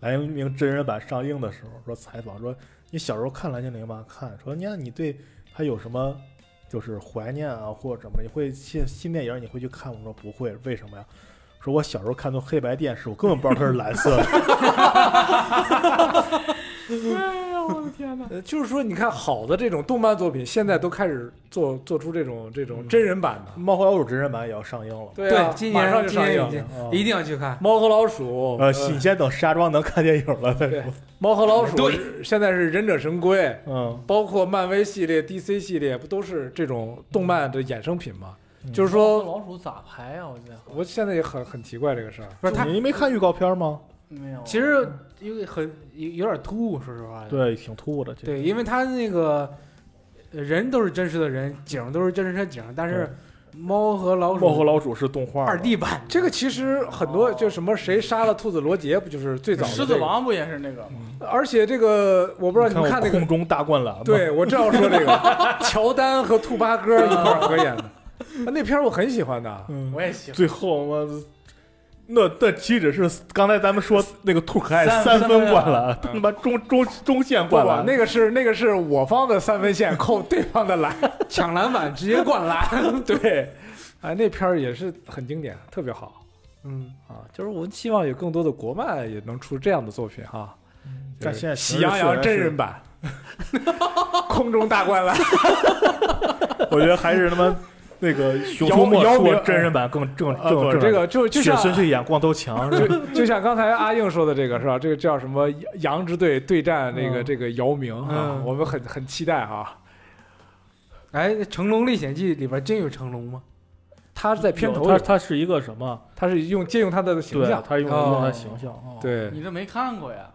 蓝精灵真人版上映的时候，说采访说你小时候看蓝精灵吗？看，说你看你对他有什么就是怀念啊，或者怎么的？你会新新电影你会去看？我说不会，为什么呀？说我小时候看都黑白电视，我根本不知道它是蓝色的。哎呀，我的天哪！就是说，你看好的这种动漫作品，现在都开始做做出这种这种嗯真人版的。猫和老鼠真人版也要上映了。对啊对，，今马上年就今上年映已了。经啊一定要去看。猫和老鼠，呃，你先等石家庄能看电影了再对说。猫和老鼠，对，现在是忍者神龟，嗯，包括漫威系列、DC 系列，不都是这种动漫的衍生品吗？嗯就是说说，老鼠咋排啊？我记得我现在也很很奇怪这个事儿。不是他，你没看预告片吗？没有。其实有点很有有点突兀，说实话。对，挺突兀的。这个对，因为他那个呃人都是真实的人，景都是真实的景，但是猫和老猫和鼠老鼠是动画的二 D 版这个其实很多，哦就什么谁杀了兔子罗杰，不就是最早的狮子？王不也是那个吗？而且这个我不知道你们看看那我个空，中大灌篮吗？对我正要说这个， 乔丹和兔八哥一块儿合演的，那片儿我很喜欢的。嗯，我也喜欢。最后我那那岂止是刚才咱们说那个兔可爱三三分啊分灌嗯篮，他妈中中中线不灌不，篮，那个是那个是我方的三分线扣对方的篮，抢篮板直接 灌篮。对， 啊，那片儿也是很经典，特别好嗯，啊。就是我希望有更多的国漫也能出这样的作品哈、但现在喜羊羊真人，版， 空中大灌篮，我觉得还是他 妈那个熊姚出没姚说明真人版更正啊不正正这个就就雪像村去演光头强，是吧 就就像刚才阿硬说的这个是吧？这个叫什么？羊之队对战那个、嗯这个姚明啊，嗯我们很很期待哈、哎，《成龙历险记》里边真有成龙吗？他是在片头他有，他是一个什么？他是用借用他的形对象，，他用哦用他形象。哦对你这没看过呀？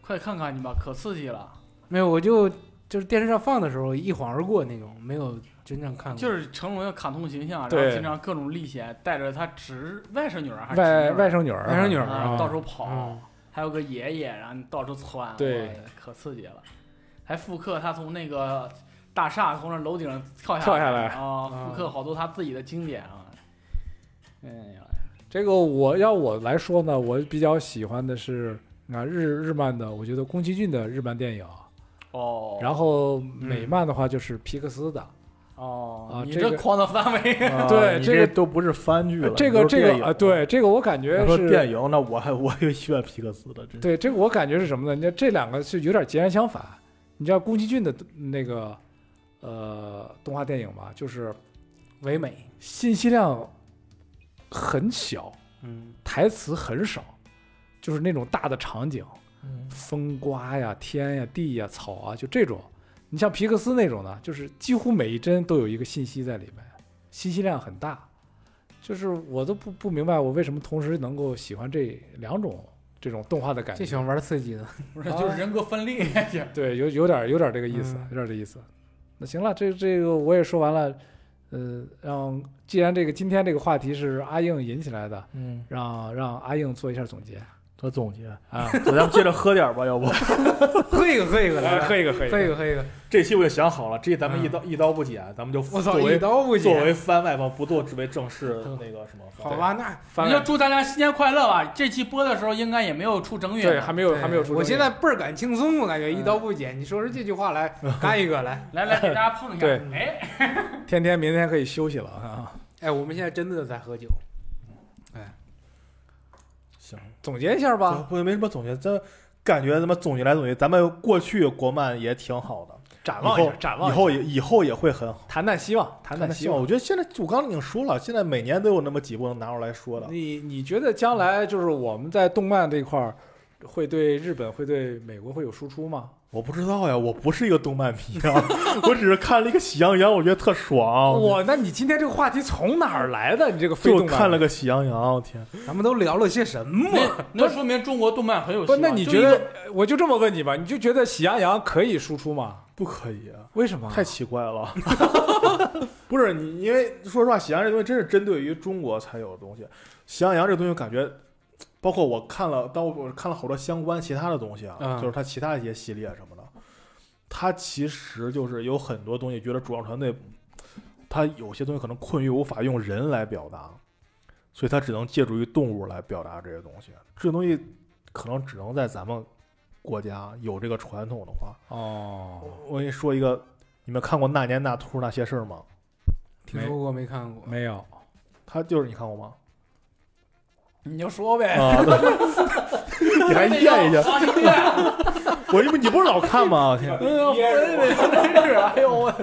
快看看你吧，可刺激了。没有，我就就是电视上放的时候一晃而过那种，没有真正看过。嗯就是成龙的卡通形象，然后对经常各种历险，带着他侄外甥女儿还是侄女儿外外甥女儿，外甥女儿啊，到处跑，嗯，还有个爷爷，然后你到处窜，对哇，可刺激了。还复刻他从那个大厦从那楼顶上跳下跳下来啊，嗯复刻好多他自己的经典啊。哎呀，这个我要我来说呢，我比较喜欢的是啊日日漫的，我觉得宫崎骏的日漫电影，哦，然后美漫的话就是皮克斯的。啊哦，你这这个狂的范围，啊 对你这这个都不是番剧了，这你个都是这电个影啊，。对这个我感觉他说是电影，那我还我还喜欢皮克斯的，真对，这个我感觉是什么呢？你看这两个是有点截然相反。你知道宫崎骏的那个呃动画电影吗？就是唯美。信息量很小，嗯，台词很少，就是那种大的场景，嗯风刮呀、天呀、地呀、草啊，就这种。你像皮克斯那种呢，就是几乎每一帧都有一个信息在里面，信息量很大。就是我都不不明白，我为什么同时能够喜欢这两种这种动画的感觉。就喜欢玩刺激的。不是就是人格分裂，对，有有点有点这个意思，嗯有点这意思。那行了，这这个我也说完了，呃，让 既然这个今天这个话题是阿硬引起来的，嗯，让让阿硬做一下总结。做总结，啊，咱们接着喝点儿吧，要 不喝一个，喝一个，啊来，喝一个，喝一喝一个，个，喝一个。这期我就想好了，这咱们一刀一刀不剪，咱们就嗯作我操，一为刀不作为剪。番外吧，不做只为正式那个什么。 好吧，那翻 你就了，祝大家新年快乐吧！这期播的时候应该也没有出正月对，呢，还没有还没有出正月。我现在倍儿敢轻松，我感觉一嗯刀不剪。你说出这句话来，干一个来。来来给大家碰一下。对哎，天天明天可以休息了啊。哎，我们现在真的在喝酒。行，总结一下吧，我也没什么总结，这感觉他妈总结来总结，咱们过去国漫也挺好的，展以望一后下，展望以一下，后也以后也会很好。谈谈希望，谈那谈希希望，望我。觉得现在我刚刚已经说了，现在每年都有那么几部能拿出来说的。嗯你你觉得将来就是我们在动漫这一块儿，会对日本、会对美国会有输出吗？我不知道呀，我不是一个动漫迷啊， 我只是看了一个《喜羊羊》，我觉得特爽。哇，那你今天这个话题从哪儿来的？你这个非哦就动漫看了个《喜羊羊》，我天，咱们都聊了些什么？那那说明中国动漫很有希不？望。那你就觉一个？得我就这么问你吧？你就觉得喜羊羊可以输出吗？不可以啊，为什么？太奇怪了。 不是你，因为说实话，《喜羊羊》这东西真是针对于中国才有的东西，《喜羊羊》这东西感觉。包括我看了，当我看了好多相关其他的东西啊，嗯就是它其他一些系列什么的，它其实就是有很多东西，觉得主创团队，它有些东西可能困于无法用人来表达，所以它只能借助于动物来表达这些东西。这东西可能只能在咱们国家有这个传统的话，哦，我跟你说一个，你们看过《那年那兔那些事儿》吗？听说过没看过？没有，他就是你看过吗？你就说哎呗。哦啊，对你还验一下？刷一遍。我因为你不是老看吗？我哎天，嗯，真是，哎呦我，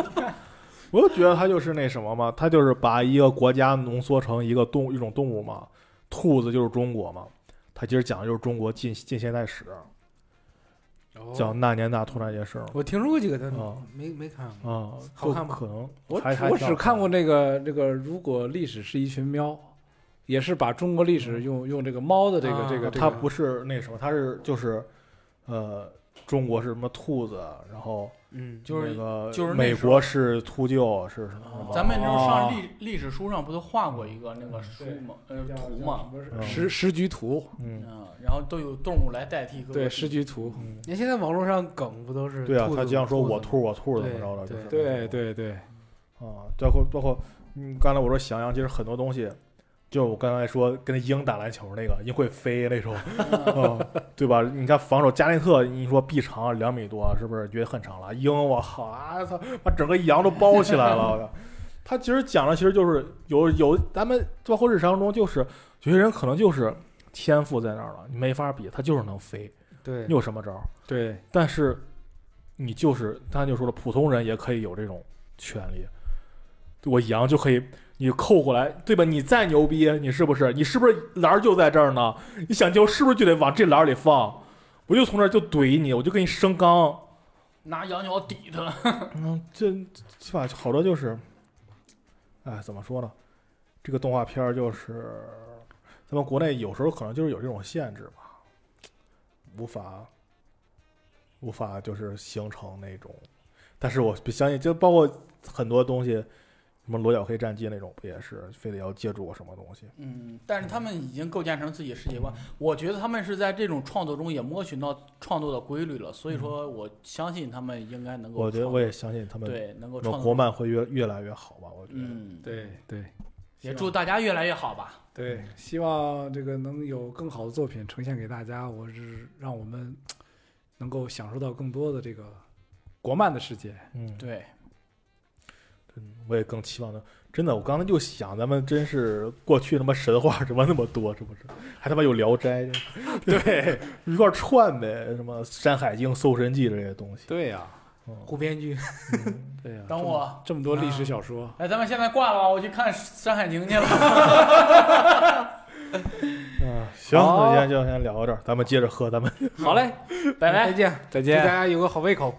我就觉得他就是那什么嘛，他就是把一个国家浓缩成一个动一种动物嘛，兔子就是中国嘛，他其实讲的就是中国近近现代史，哦讲那年那兔那些事儿哦我听说过几个，但哦没没看过。啊，好就看吗可能我还还我挺只好看的过那个这个，如果历史是一群喵，也是把中国历史用用这个猫的这个啊这个这它个不是那什么，它是就是，呃，中国是什么兔子，然后嗯，就是那哦个就是那美时国是秃鹫，是什么？咱们那时候上历历史书上不都画过一个那个书嘛，呃图嘛，嗯时时局图，嗯，嗯，然后都有动物来代替各个对地时局图，嗯你看现在网络上梗不都是？对啊，他这经常样说我兔我兔怎么对着的，就是对对对，啊，包括包括嗯，刚才我说喜羊羊，其实很多东西，就我刚才说跟那鹰打篮球那个鹰会飞那种，啊对吧？你看防守加内特，你说臂长两米多，是不是觉得很长了？鹰我靠啊操，把整个羊都包起来了。我操他其实讲的其实就是有有咱们包括日常中就是有些人可能就是天赋在那儿了，你没法比，他就是能飞，对你有什么招儿？对，但是你就是他就说了，普通人也可以有这种权利。我羊就可以，你扣过来，对吧？你再牛逼，你是不是？你是不是篮儿就在这儿呢？你想丢是不是就得往这篮儿里放？我就从这儿就怼你，我就给你升刚。拿羊角抵他， 嗯，这这吧，好多就是，哎，怎么说呢？这个动画片儿就是咱们国内有时候可能就是有这种限制吧，无法无法就是形成那种。但是我不相信，就包括很多东西，什么《罗小黑战记》那种，不也是非得要借助我什么东西？嗯，但是他们已经构建成自己世界观，我觉得他们是在这种创作中也摸寻到创作的规律了，所以说我相信他们应该能够，嗯我觉得我也相信他们，对能够我们创国作，漫会越越来越好吧？我觉得，嗯，对对也祝大家越来越好吧，对，希望这个能有更好的作品呈现给大家，我是让我们能够享受到更多的这个国漫的世界。嗯，对，嗯，我也更期望的。真的，我刚才就想，咱们真是过去他妈神话什么那么多，是不是？还他妈有《聊斋》这， 对，一块儿串呗，什么《山海经》《搜神记》这些东西。对呀、胡编剧， 嗯对呀、等我，这么多历史啊小说，哎，咱们现在挂了吧，我去看《山海经》去了，啊，行，那今天就先聊到这儿，咱们接着喝，咱们好嘞，拜拜再。见，再祝见大。家有个好胃口。